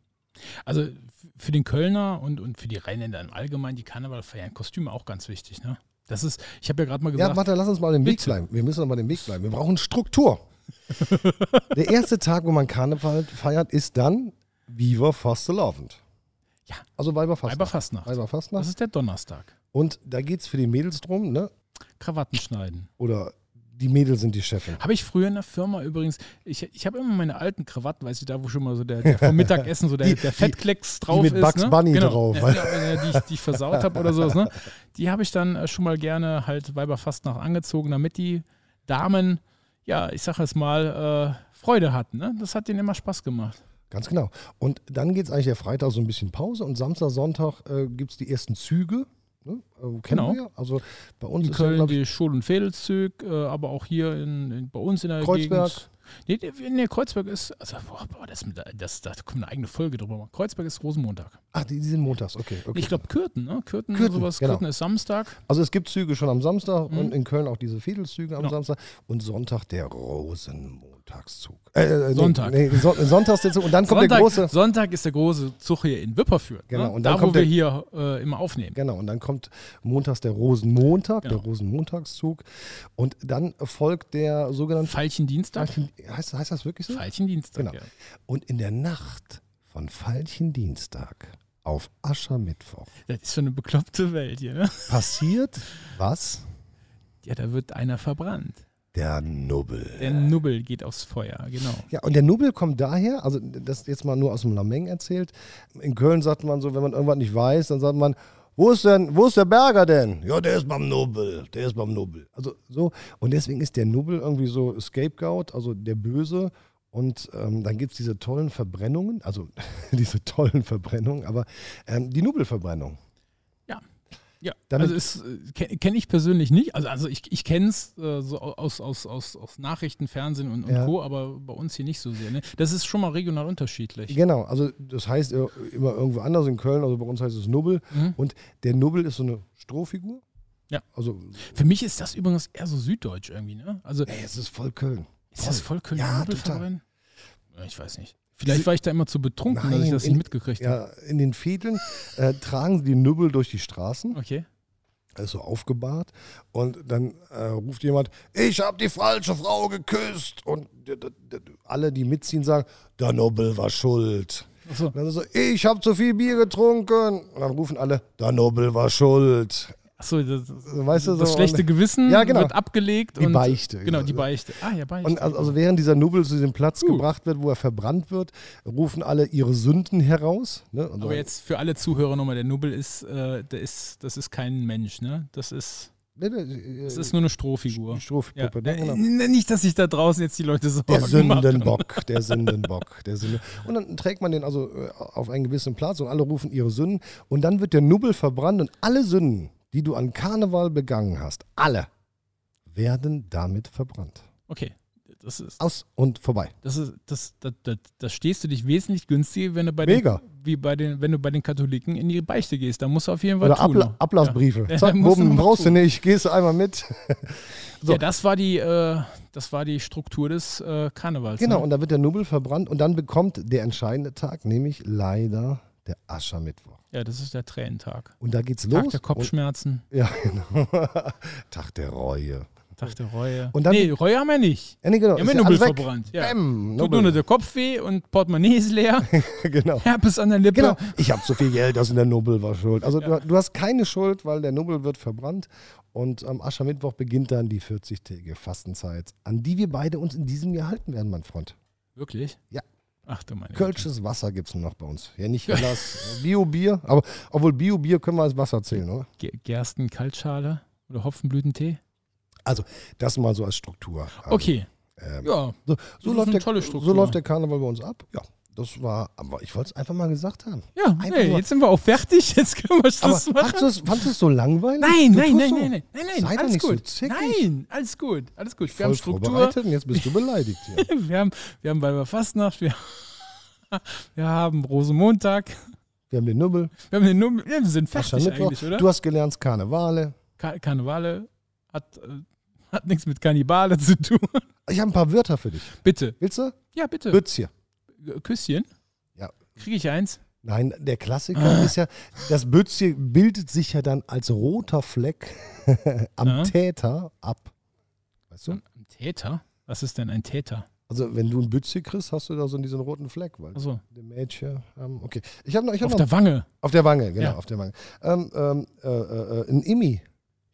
Speaker 2: Also f- für den Kölner und, und für die Rheinländer im Allgemeinen, die Karneval feiern, Kostüme auch ganz wichtig. Ne? Das ist, ich habe ja gerade mal
Speaker 1: Ja,
Speaker 2: gesagt,
Speaker 1: warte, lass uns mal auf dem Weg
Speaker 2: Bitte.
Speaker 1: bleiben. Wir müssen aber dem Weg bleiben. Wir brauchen Struktur.
Speaker 2: *laughs*
Speaker 1: Der erste Tag, wo man Karneval feiert, ist dann Viva Fastelavond.
Speaker 2: Ja.
Speaker 1: Also Weiberfastnacht.
Speaker 2: Weiberfastnacht. Das
Speaker 1: Weiberfastnacht.
Speaker 2: ist der Donnerstag.
Speaker 1: Und da geht es für die Mädels drum, ne?
Speaker 2: Krawatten schneiden.
Speaker 1: Oder die Mädels sind die Chefin.
Speaker 2: Habe ich früher in der Firma übrigens, ich, ich habe immer meine alten Krawatten, weiß ich, da wo schon mal so der, der vom Mittagessen so der,
Speaker 1: Die-
Speaker 2: der
Speaker 1: die-
Speaker 2: Fettklecks drauf
Speaker 1: mit
Speaker 2: ist.
Speaker 1: Bugs
Speaker 2: ne?
Speaker 1: Bunny drauf.
Speaker 2: Ja, genau, äh, die, ich, die ich versaut habe oder sowas. Ne? Die habe ich dann äh, schon mal gerne halt Weiberfastnacht angezogen, damit die Damen, ja, ich sage es mal, äh, Freude hatten. Ne? Das hat denen immer Spaß gemacht.
Speaker 1: Ganz genau. Und dann geht es eigentlich der Freitag so ein bisschen Pause und Samstag, Sonntag äh, gibt es die ersten Züge. Ne? Äh, kennen
Speaker 2: Genau.
Speaker 1: wir. Also bei uns
Speaker 2: In
Speaker 1: ist ja,
Speaker 2: Köln
Speaker 1: glaub ich,
Speaker 2: die Schul- und Fädelszüg, äh, aber auch hier in, in, bei uns in der
Speaker 1: Kreuzberg.
Speaker 2: Gegend. Nee, Nee, nee, Kreuzberg ist, also boah, boah, das, das, da kommt eine eigene Folge drüber. machen. Kreuzberg ist Rosenmontag.
Speaker 1: Ach, Ah, die, die sind montags, okay. okay.
Speaker 2: Ich glaube Kürten, ne? Kürten,
Speaker 1: Kürten,
Speaker 2: sowas.
Speaker 1: genau.
Speaker 2: Kürten ist Samstag.
Speaker 1: Also es gibt Züge schon am Samstag
Speaker 2: Mhm.
Speaker 1: und in Köln auch diese Fädelzüge am
Speaker 2: Ja.
Speaker 1: Samstag und Sonntag der Rosenmontagszug. Äh, äh,
Speaker 2: Sonntag.
Speaker 1: Nee, nee, Son Sonntags der Zug und dann kommt
Speaker 2: Sonntag,
Speaker 1: der große.
Speaker 2: Sonntag ist der große Zug hier in Wipperfürth.
Speaker 1: Genau,
Speaker 2: Ne?
Speaker 1: und dann
Speaker 2: da,
Speaker 1: kommt
Speaker 2: wo wir
Speaker 1: der-
Speaker 2: hier äh, immer aufnehmen.
Speaker 1: Genau, und dann kommt montags der Rosenmontag,
Speaker 2: Genau.
Speaker 1: der Rosenmontagszug. Und dann folgt der sogenannte.
Speaker 2: Veilchendienstag?
Speaker 1: Heißt, heißt das wirklich so?
Speaker 2: Veilchendienstag,
Speaker 1: Genau. Und in der Nacht von Veilchendienstag auf Aschermittwoch
Speaker 2: Das ist schon eine bekloppte Welt hier, ne?
Speaker 1: passiert was?
Speaker 2: Ja, da wird einer verbrannt.
Speaker 1: Der Nubbel.
Speaker 2: Der Nubbel geht aufs Feuer, genau.
Speaker 1: Ja, und der Nubbel kommt daher, also das jetzt mal nur aus dem Lameng erzählt. In Köln sagt man so, wenn man irgendwas nicht weiß, dann sagt man, wo ist denn, wo ist der Berger denn? Ja, der ist beim Nubbel, der ist beim Nubbel. Also so, und deswegen ist der Nubbel irgendwie so Scapegoat, also der Böse. Und ähm, dann gibt es diese tollen Verbrennungen, also *laughs* diese tollen Verbrennungen, aber ähm, die Nubbelverbrennung.
Speaker 2: Ja,
Speaker 1: Damit-
Speaker 2: also ist, äh, kenne kenn ich persönlich nicht. Also, also ich, ich kenne es äh, so au- aus, aus, aus, aus Nachrichten, Fernsehen und, und
Speaker 1: Ja.
Speaker 2: Co., aber bei uns hier nicht so sehr. Ne? Das ist schon mal regional unterschiedlich.
Speaker 1: Genau, also das heißt äh, immer irgendwo anders in Köln, also bei uns heißt es Nubbel.
Speaker 2: Mhm.
Speaker 1: Und der Nubbel ist so eine Strohfigur.
Speaker 2: Ja.
Speaker 1: Also,
Speaker 2: Für mich ist das übrigens eher so süddeutsch irgendwie, ne? Also
Speaker 1: ey, es ist voll Köln.
Speaker 2: Ist das voll Köln
Speaker 1: Ja,
Speaker 2: Nubbel
Speaker 1: total.
Speaker 2: verbrennen? Ja, Ich weiß nicht. Vielleicht war ich da immer zu betrunken, dass ich
Speaker 1: Nein,
Speaker 2: das
Speaker 1: in-
Speaker 2: nicht mitgekriegt habe.
Speaker 1: Ja, in den Fädeln äh, tragen sie die Nubbel durch die Straßen,
Speaker 2: Okay.
Speaker 1: also so aufgebahrt. Und dann äh, ruft jemand, ich habe die falsche Frau geküsst. Und d- d- d- alle, die mitziehen, sagen, der Nubbel war schuld.
Speaker 2: Achso.
Speaker 1: Und dann so, ich habe zu viel Bier getrunken. Und dann rufen alle, der Nubbel war schuld. Also,
Speaker 2: Achso, das, das
Speaker 1: Weißt du, so
Speaker 2: schlechte Gewissen
Speaker 1: Ja, genau.
Speaker 2: wird abgelegt.
Speaker 1: Die
Speaker 2: und,
Speaker 1: Beichte,
Speaker 2: Genau,
Speaker 1: genau.
Speaker 2: die Beichte. Ah, ja, Beichte.
Speaker 1: Und also, also während dieser Nubbel zu diesem Platz gebracht wird, wo er verbrannt wird, rufen alle ihre Sünden heraus. Ne? Und
Speaker 2: Aber
Speaker 1: sagen,
Speaker 2: jetzt für alle Zuhörer nochmal, der Nubbel ist, äh, der ist, das ist kein Mensch, ne? Das ist,
Speaker 1: nee, nee,
Speaker 2: das
Speaker 1: äh,
Speaker 2: ist nur eine Strohfigur. Äh,
Speaker 1: die Strohpuppe, ne, genau.
Speaker 2: N- n- Nicht, dass sich da draußen jetzt die Leute so
Speaker 1: Der Sündenbock, der Sündenbock, der Sünde. Und dann trägt man den also äh, auf einen gewissen Platz und alle rufen ihre Sünden und dann wird der Nubbel verbrannt und alle Sünden, die du an Karneval begangen hast, alle werden damit verbrannt.
Speaker 2: Okay. Das ist,
Speaker 1: Aus und vorbei.
Speaker 2: das ist, das, das, das, das stehst du dich wesentlich günstiger, wenn du bei den,
Speaker 1: Mega.
Speaker 2: wie bei den, wenn du bei den Katholiken in die Beichte gehst. Da musst du auf jeden Fall
Speaker 1: Oder
Speaker 2: tun.
Speaker 1: Abla
Speaker 2: noch.
Speaker 1: Ablassbriefe.
Speaker 2: Ja.
Speaker 1: Zack,
Speaker 2: Musst du
Speaker 1: Buben,
Speaker 2: noch
Speaker 1: brauchst du
Speaker 2: tun.
Speaker 1: nicht, gehst du einmal
Speaker 2: *laughs*
Speaker 1: mit. So.
Speaker 2: Ja, das war die, äh, das war die Struktur des äh, Karnevals.
Speaker 1: Genau,
Speaker 2: Ne?
Speaker 1: und da wird der Nubbel verbrannt und dann bekommt der entscheidende Tag, nämlich leider der Aschermittwoch.
Speaker 2: Ja, das ist der Tränentag.
Speaker 1: Und da geht's
Speaker 2: Tag
Speaker 1: los.
Speaker 2: der Kopfschmerzen,
Speaker 1: Und, *laughs* ja, genau. Tag der Reue.
Speaker 2: Tag der Reue.
Speaker 1: Und dann-
Speaker 2: nee, Reue haben wir nicht.
Speaker 1: Ja, nee, genau.
Speaker 2: Wir haben
Speaker 1: ist
Speaker 2: den
Speaker 1: ja
Speaker 2: Nubbel
Speaker 1: alles weg.
Speaker 2: verbrannt. Ja.
Speaker 1: Ähm,
Speaker 2: Tut nur
Speaker 1: Nubbel.
Speaker 2: noch der Kopf weh und Portemonnaie
Speaker 1: *laughs*
Speaker 2: ist leer.
Speaker 1: genau.
Speaker 2: Herpes an der Lippe.
Speaker 1: Genau. *laughs* Ich habe zu viel Geld, also der Nubbel war schuld. Also du, du hast keine Schuld, weil der Nubbel wird verbrannt. Und am Aschermittwoch beginnt dann die 40-tägige Fastenzeit, an die wir beide uns in diesem Jahr halten werden, mein Freund.
Speaker 2: Wirklich?
Speaker 1: Ja.
Speaker 2: Ach du meine Güte.
Speaker 1: Kölsches Wasser gibt es nur noch bei uns. Ja,
Speaker 2: *laughs*
Speaker 1: nicht Hellas. Bio-Bier, aber obwohl Bio-Bier können wir als Wasser zählen, oder?
Speaker 2: Ge- Gersten-Kaltschale oder Hopfenblütentee?
Speaker 1: Also, das mal so als Struktur. Also,
Speaker 2: Okay.
Speaker 1: ähm,
Speaker 2: Ja,
Speaker 1: So, so,
Speaker 2: ist
Speaker 1: läuft
Speaker 2: eine
Speaker 1: der,
Speaker 2: tolle
Speaker 1: so
Speaker 2: Struktur.
Speaker 1: läuft der Karneval bei uns ab. Ja, das war, aber ich wollte es einfach mal gesagt haben.
Speaker 2: ja
Speaker 1: Einfach
Speaker 2: nee,
Speaker 1: nur-
Speaker 2: jetzt sind wir auch fertig. *laughs* Jetzt können
Speaker 1: Aber
Speaker 2: wir Schluss machen.
Speaker 1: fandst du es- fandst du es so langweilig?
Speaker 2: Nein,
Speaker 1: Du
Speaker 2: nein,
Speaker 1: tust
Speaker 2: nein,
Speaker 1: so.
Speaker 2: nein, nein, nein,
Speaker 1: Sei
Speaker 2: nein,
Speaker 1: doch
Speaker 2: alles
Speaker 1: nicht so
Speaker 2: gut.
Speaker 1: zickig.
Speaker 2: nein, alles gut, alles gut. Wir
Speaker 1: Voll
Speaker 2: haben Struktur,
Speaker 1: vorbereitet und jetzt bist du beleidigt
Speaker 2: *laughs*
Speaker 1: hier.
Speaker 2: wir haben, wir haben Weiberfastnacht, wir, *laughs* wir haben Rosenmontag,
Speaker 1: Wir haben den Nubbel,
Speaker 2: wir haben den Nummel, wir sind fertig
Speaker 1: Aschermittwoch.
Speaker 2: eigentlich, oder?
Speaker 1: Du hast gelernt Karnevale.
Speaker 2: Ka Karnevale hat, äh, hat nichts mit Kannibale zu tun. *laughs*
Speaker 1: Ich habe ein paar Wörter für dich.
Speaker 2: bitte.
Speaker 1: Willst du?
Speaker 2: Ja, bitte.
Speaker 1: Bützje.
Speaker 2: Küsschen.
Speaker 1: Ja.
Speaker 2: Kriege ich eins?
Speaker 1: Nein, der Klassiker
Speaker 2: Ah.
Speaker 1: ist ja, das Bützje bildet sich ja dann als roter Fleck *laughs* am
Speaker 2: Ja.
Speaker 1: Täter ab. Weißt du?
Speaker 2: Ein Täter? Was ist denn ein Täter?
Speaker 1: Also, wenn du ein Bützje kriegst, hast du da so diesen roten Fleck, weil
Speaker 2: Also
Speaker 1: der Mädchen. Ähm, okay. Ich habe noch, ich hab noch
Speaker 2: auf der Wange.
Speaker 1: auf der Wange, genau,
Speaker 2: Ja.
Speaker 1: auf der Wange. Ähm, ähm, äh, äh, äh, ein Immi.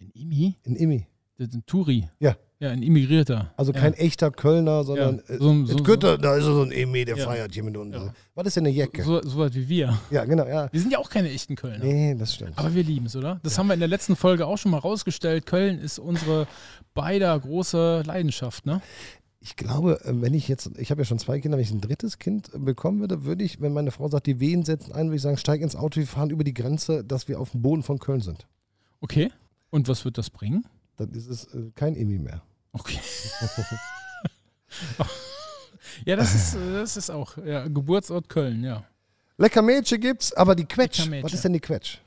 Speaker 2: Ein Imi?
Speaker 1: Ein Immi.
Speaker 2: Das ist ein Turi.
Speaker 1: Ja.
Speaker 2: Ja, ein Immigrierter.
Speaker 1: Also kein echter Kölner, sondern
Speaker 2: Ja,
Speaker 1: äh,
Speaker 2: so ein- so-
Speaker 1: es Götter, da ist so ein Emi, der
Speaker 2: Ja.
Speaker 1: feiert hier mit uns.
Speaker 2: Ja.
Speaker 1: Was ist denn eine Jacke?
Speaker 2: ja. so, so was wie wir.
Speaker 1: Ja, genau, ja.
Speaker 2: Wir sind ja auch keine echten Kölner.
Speaker 1: Nee, das stimmt.
Speaker 2: Aber wir lieben es, oder? Das haben wir in der letzten Folge auch schon mal rausgestellt. Köln ist unsere beider große Leidenschaft, ne?
Speaker 1: Ich glaube, äh, wenn ich jetzt, ich habe ja schon zwei Kinder, wenn ich ein drittes Kind äh, bekommen würde, würde ich, wenn meine Frau sagt, die Wehen setzen ein, würde ich sagen, steig ins Auto, wir fahren über die Grenze, dass wir auf dem Boden von Köln sind.
Speaker 2: Okay. Und was wird das bringen?
Speaker 1: Dann ist es äh, kein Emi
Speaker 2: *laughs*
Speaker 1: mehr.
Speaker 2: Okay. ja, das ist, äh, das ist auch. Ja, Geburtsort Köln, ja.
Speaker 1: Lecker Mädchen gibt's, aber die Quetsch.
Speaker 2: Lecker Mädchen.
Speaker 1: Was ist denn die Quetsch?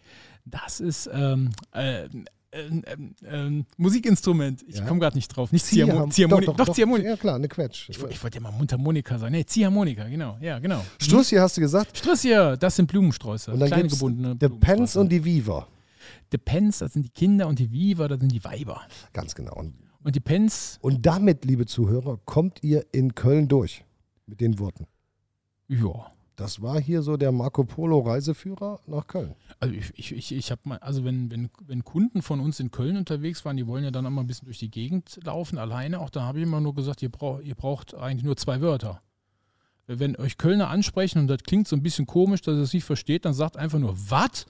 Speaker 2: Das ist ähm, ähm, ähm, ähm, ähm, Musikinstrument. Ich
Speaker 1: Ja.
Speaker 2: komme gerade nicht drauf. Nicht
Speaker 1: Ziehharm-
Speaker 2: Ziehharmonika. Ziehharmoni
Speaker 1: doch,
Speaker 2: doch,
Speaker 1: doch, doch,
Speaker 2: Ziehharmonika.
Speaker 1: Ja klar, eine Quetsch.
Speaker 2: Ich, wo- ich wollte ja mal Mundharmonika sagen. Nee, Ziehharmonika, genau. Ja, genau.
Speaker 1: Struss hier hast du gesagt.
Speaker 2: Strüss hier, das sind Blumensträuße.
Speaker 1: Und dann
Speaker 2: kleine
Speaker 1: gibt's
Speaker 2: gebundene
Speaker 1: The Pence
Speaker 2: Blumensträuße.
Speaker 1: und die Viva.
Speaker 2: Die Pens, das sind die Kinder und die Viva, das sind die Weiber.
Speaker 1: Ganz genau. Und,
Speaker 2: Und die Pens,
Speaker 1: und damit, liebe Zuhörer, kommt ihr in Köln durch. Mit den Worten.
Speaker 2: ja.
Speaker 1: Das war hier so der Marco Polo Reiseführer nach Köln.
Speaker 2: Also ich, ich, ich, ich habe mal, also wenn, wenn, wenn Kunden von uns in Köln unterwegs waren, die wollen ja dann auch mal ein bisschen durch die Gegend laufen, alleine auch, da habe ich immer nur gesagt, ihr, brauch, ihr braucht eigentlich nur zwei Wörter. Wenn euch Kölner ansprechen und das klingt so ein bisschen komisch, dass ihr es nicht versteht, dann sagt einfach nur was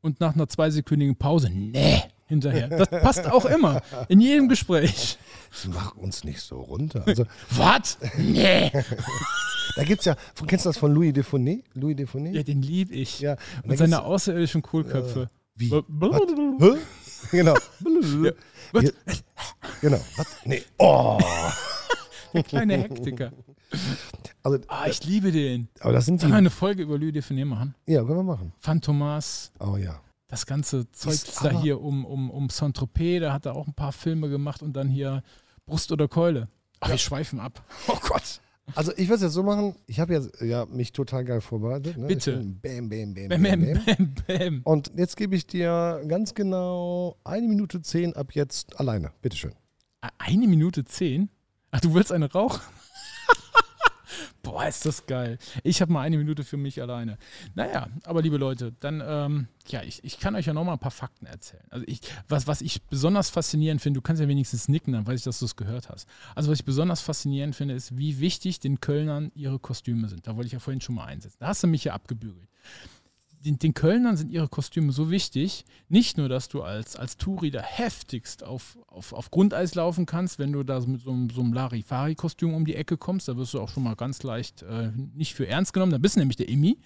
Speaker 2: und nach einer zweisekündigen Pause, nee, hinterher. Das passt auch immer. In jedem Gespräch. *laughs*
Speaker 1: Mach uns nicht so runter. Also,
Speaker 2: Was? Nee.
Speaker 1: da gibt's ja, kennst du das von Louis Defonet? Louis Defonet?
Speaker 2: Ja, den lieb ich.
Speaker 1: Ja, und da
Speaker 2: Und seine
Speaker 1: gibt's-
Speaker 2: außerirdischen Kohlköpfe.
Speaker 1: Wie?
Speaker 2: Blablabla.
Speaker 1: Hä? Genau.
Speaker 2: Was?
Speaker 1: Wir- Genau. Was? Nee. Oh.
Speaker 2: Der kleine Hektiker.
Speaker 1: Also,
Speaker 2: Ah, ich liebe den.
Speaker 1: aber das sind
Speaker 2: Sollen wir
Speaker 1: die.
Speaker 2: eine Folge über Lüde von machen?
Speaker 1: Ja, können wir machen.
Speaker 2: Phantomas,
Speaker 1: Oh ja.
Speaker 2: das ganze Zeug
Speaker 1: Ist
Speaker 2: da
Speaker 1: aber-
Speaker 2: hier um, um, um Saint-Tropez, da hat er auch ein paar Filme gemacht und dann hier Brust oder Keule. Ach, wir schweifen ab. Oh Gott.
Speaker 1: Also ich würde es jetzt so machen, ich habe ja, ja mich total geil vorbereitet. Ne?
Speaker 2: Bitte.
Speaker 1: Ich bin Bam, bam, bam, bam,
Speaker 2: Bäm, bäm,
Speaker 1: bam.
Speaker 2: bäm, bäm.
Speaker 1: Und jetzt gebe ich dir ganz genau eine Minute zehn ab jetzt alleine. Bitteschön.
Speaker 2: Ah, Eine Minute zehn? Ach, du willst eine rauchen? *laughs* Boah, ist das geil. Ich habe mal eine Minute für mich alleine. Naja, aber liebe Leute, dann, ähm, ja, ich, ich kann euch ja nochmal ein paar Fakten erzählen. Also ich, was, was ich besonders faszinierend finde, du kannst ja wenigstens nicken, dann weiß ich, dass du es gehört hast. Also was ich besonders faszinierend finde, ist, wie wichtig den Kölnern ihre Kostüme sind. Da wollte ich ja vorhin schon mal einsetzen. Da hast du mich ja abgebügelt den, den Kölnern sind ihre Kostüme so wichtig. Nicht nur, dass du als, als Touri da heftigst auf, auf, auf Grundeis laufen kannst, wenn du da mit so, einem- so einem Larifari-Kostüm um die Ecke kommst, da wirst du auch schon mal ganz leicht äh, nicht für ernst genommen, da bist du nämlich der Immi.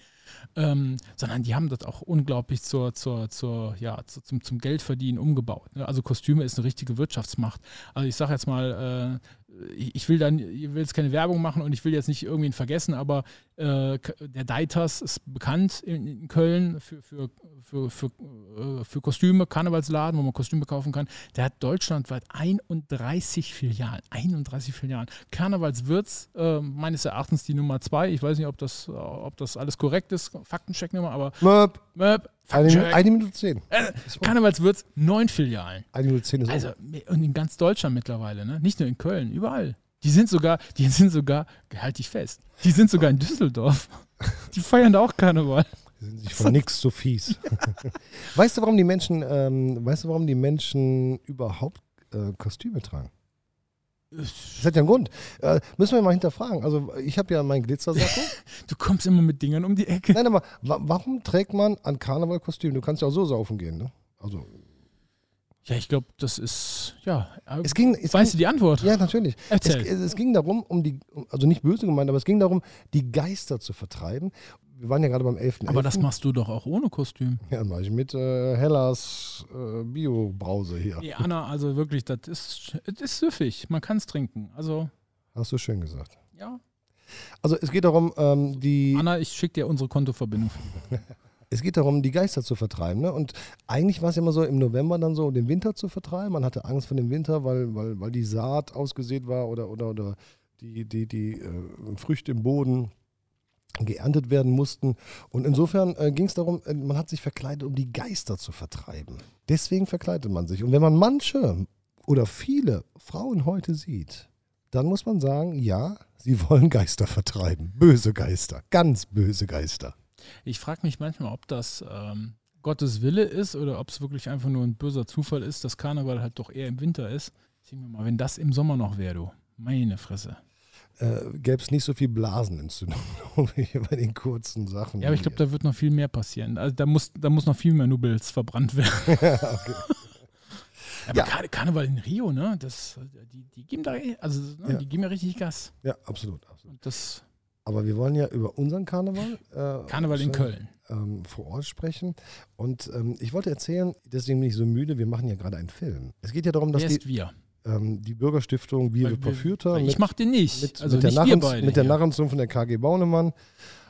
Speaker 2: Ähm, sondern die haben das auch unglaublich zur, zur, zur, ja, zu, zum, zum Geldverdienen umgebaut. Ne? Also Kostüme ist eine richtige Wirtschaftsmacht. Also ich sage jetzt mal, äh, ich ich will dann, ich will jetzt keine Werbung machen und ich will jetzt nicht irgendwen vergessen, aber äh, K- der Deitas ist bekannt in, in Köln für, für, für, für, äh, für Kostüme, Karnevalsladen, wo man Kostüme kaufen kann. Der hat deutschlandweit 31 Filialen. 31 Filialen. Karnevalswirts, äh, meines Erachtens die Nummer zwei. Ich weiß nicht, ob das, äh, ob das alles korrekt ist. Faktencheck nochmal, aber
Speaker 1: Möp.
Speaker 2: Möp,
Speaker 1: Eine,
Speaker 2: Faktencheck.
Speaker 1: eine Minute zehn. Ist okay.
Speaker 2: Karnevalswirts, neun Filialen.
Speaker 1: Eine Minute zehn ist
Speaker 2: Also
Speaker 1: also,
Speaker 2: und in ganz Deutschland mittlerweile, ne? Nicht nur in Köln, überall. Die sind sogar, die sind sogar, halt dich fest, die sind sogar in Düsseldorf. *laughs* Die feiern da auch Karneval.
Speaker 1: sind sich von nix so fies. weißt du, warum die Menschen, ähm, weißt du, warum die Menschen überhaupt äh, Kostüme tragen? Das hat ja einen Grund. Äh, müssen wir mal hinterfragen. Also ich habe ja meinen Glitzersacko.
Speaker 2: Du kommst immer mit Dingern um die Ecke.
Speaker 1: Nein, aber wa warum trägt man an Karneval Kostüm? Du kannst ja auch so saufen gehen, ne? Also
Speaker 2: Ja, ich glaube, das ist, ja. äh,
Speaker 1: es ging, es
Speaker 2: weißt du
Speaker 1: ging,
Speaker 2: die Antwort?
Speaker 1: ja natürlich. Es,
Speaker 2: Erzähl.
Speaker 1: es ging darum, um die, also nicht böse gemeint, aber es ging darum, die Geister zu vertreiben. Wir waren ja gerade beim 11.
Speaker 2: Aber das
Speaker 1: 11..
Speaker 2: machst du doch auch ohne Kostüm.
Speaker 1: ja, mach ich mit äh, Hellas äh, Bio Brause hier.
Speaker 2: Nee, Anna, also wirklich, das ist, es ist süffig. Man kann es trinken. Also,
Speaker 1: Hast du schön gesagt.
Speaker 2: ja.
Speaker 1: Also es geht darum, ähm, die
Speaker 2: Anna, ich schicke dir unsere Kontoverbindung.
Speaker 1: es geht darum, die Geister zu vertreiben. Ne? Und eigentlich war es ja immer so, im November dann so, den Winter zu vertreiben. Man hatte Angst vor dem Winter, weil, weil, weil die Saat ausgesät war oder, oder, oder die, die, die äh, Früchte im Boden geerntet werden mussten. Und insofern äh, ging es darum, äh, man hat sich verkleidet, um die Geister zu vertreiben. Deswegen verkleidet man sich. Und wenn man manche oder viele Frauen heute sieht, dann muss man sagen, ja, sie wollen Geister vertreiben. Böse Geister, ganz böse Geister.
Speaker 2: Ich frage mich manchmal, ob das ähm, Gottes Wille ist oder ob es wirklich einfach nur ein böser Zufall ist, dass Karneval halt doch eher im Winter ist. Singen wir mal, wenn das im Sommer noch wäre, du. Meine Fresse.
Speaker 1: Äh, Gäbe es nicht so viel Blasenentzündung wie *laughs* bei den kurzen Sachen.
Speaker 2: Ja, aber ich glaube, da wird noch viel mehr passieren. Also da muss, da muss noch viel mehr Nubels verbrannt werden.
Speaker 1: *laughs* okay.
Speaker 2: Aber
Speaker 1: Ja.
Speaker 2: Karne- Karneval in Rio, ne? Das, die, die geben da, eh- also
Speaker 1: Ja.
Speaker 2: ne, die geben ja richtig Gas.
Speaker 1: ja, absolut, absolut.
Speaker 2: Und das
Speaker 1: Aber wir wollen ja über unseren Karneval. äh,
Speaker 2: Karneval in
Speaker 1: äh,
Speaker 2: Köln.
Speaker 1: ähm, vor Ort sprechen. Und ähm, ich wollte erzählen, deswegen bin ich so müde, wir machen ja gerade einen Film. Es geht ja darum, dass
Speaker 2: Wer
Speaker 1: die,
Speaker 2: ist wir?
Speaker 1: ähm, die Bürgerstiftung Vive
Speaker 2: Weil wir-
Speaker 1: Porfürter
Speaker 2: weil ich
Speaker 1: mit,
Speaker 2: mach den nicht.
Speaker 1: mit,
Speaker 2: also
Speaker 1: mit der,
Speaker 2: nicht wir
Speaker 1: Narrens,
Speaker 2: beide.
Speaker 1: mit der
Speaker 2: hier.
Speaker 1: Narrenzunft von der KG Baunemann.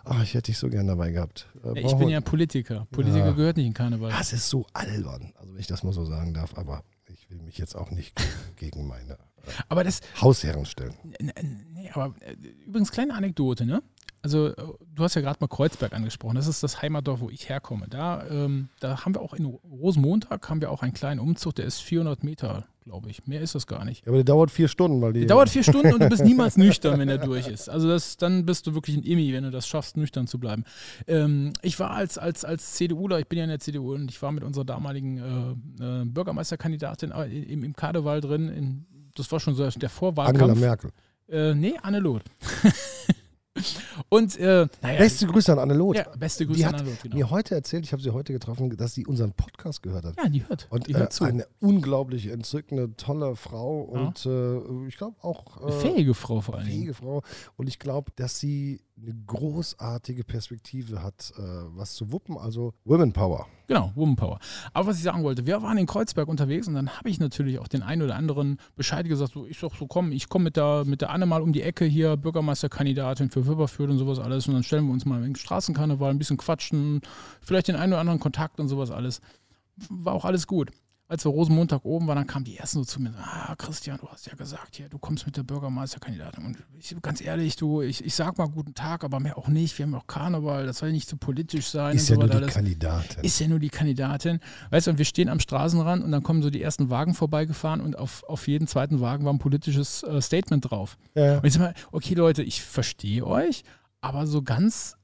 Speaker 1: Ach, ich hätte dich so gern dabei gehabt. Äh,
Speaker 2: Ja, ich
Speaker 1: brauchen
Speaker 2: bin
Speaker 1: wir-
Speaker 2: ja Politiker. Politiker
Speaker 1: Ja.
Speaker 2: gehört nicht in Karneval.
Speaker 1: Das ist so albern, also wenn ich das mal so sagen darf, aber ich will mich jetzt auch nicht *laughs* ge- gegen meine
Speaker 2: Aber das,
Speaker 1: Hausherren stellen.
Speaker 2: N- n- Nee, aber äh, übrigens kleine Anekdote, ne? Also äh, du hast ja gerade mal Kreuzberg angesprochen. Das ist das Heimatdorf, wo ich herkomme. Da, ähm, da haben wir auch in Ro- Rosenmontag haben wir auch einen kleinen Umzug. Der ist 400 Meter, glaube ich. Mehr ist das gar nicht.
Speaker 1: Ja, aber der dauert vier Stunden, weil die.
Speaker 2: Der dauert vier Stunden und du bist niemals nüchtern, wenn er durch ist. Also das, dann bist du wirklich ein Immi, wenn du das schaffst, nüchtern zu bleiben. Ähm, ich war als, als, als CDUler, ich bin ja in der CDU und ich war mit unserer damaligen äh, äh, Bürgermeisterkandidatin äh, im, im Karneval drin. In, das war schon so der Vorwahlkampf.
Speaker 1: Angela Merkel.
Speaker 2: Äh, nee, Anne-Loth. *laughs* und, äh, naja,
Speaker 1: Beste Grüße an Anne Loth.
Speaker 2: ja, beste Grüße
Speaker 1: die
Speaker 2: an
Speaker 1: hat
Speaker 2: Anne-Loth, genau.
Speaker 1: mir heute erzählt, ich habe sie heute getroffen, dass sie unseren Podcast gehört hat.
Speaker 2: Ja, die hört.
Speaker 1: Und
Speaker 2: die
Speaker 1: äh,
Speaker 2: hört zu.
Speaker 1: eine unglaublich entzückende, tolle Frau und äh, ich glaube auch
Speaker 2: Eine
Speaker 1: äh,
Speaker 2: fähige Frau vor allen Dingen.
Speaker 1: fähige Frau. Und ich glaube, dass sie eine großartige Perspektive hat, äh, was zu wuppen, also Women Power.
Speaker 2: Genau, Woman Power. Aber was ich sagen wollte, wir waren in Kreuzberg unterwegs und dann habe ich natürlich auch den einen oder anderen Bescheid gesagt, so, ich doch so, komm, ich komme mit der, mit der Anne mal um die Ecke hier, Bürgermeisterkandidatin für Wipperfürth und sowas alles und dann stellen wir uns mal im Straßenkarneval, ein bisschen quatschen, vielleicht den einen oder anderen Kontakt und sowas alles. War auch alles gut. Als wir Rosenmontag oben waren, dann kamen die ersten so zu mir, ah, Christian, du hast ja gesagt, hier, du kommst mit der Bürgermeisterkandidatin. Und ich, ganz ehrlich, du, ich, ich sag mal guten Tag, aber mehr auch nicht. Wir haben auch Karneval, das soll nicht zu politisch sein.
Speaker 1: Ist
Speaker 2: und
Speaker 1: ja nur
Speaker 2: sowas
Speaker 1: die
Speaker 2: alles
Speaker 1: Kandidatin.
Speaker 2: ist ja nur die Kandidatin. Weißt du, und wir stehen am Straßenrand und dann kommen so die ersten Wagen vorbeigefahren und auf, auf jeden zweiten Wagen war ein politisches äh, Statement drauf.
Speaker 1: ja.
Speaker 2: Und ich sag mal, okay, Leute, ich verstehe euch, aber so ganz,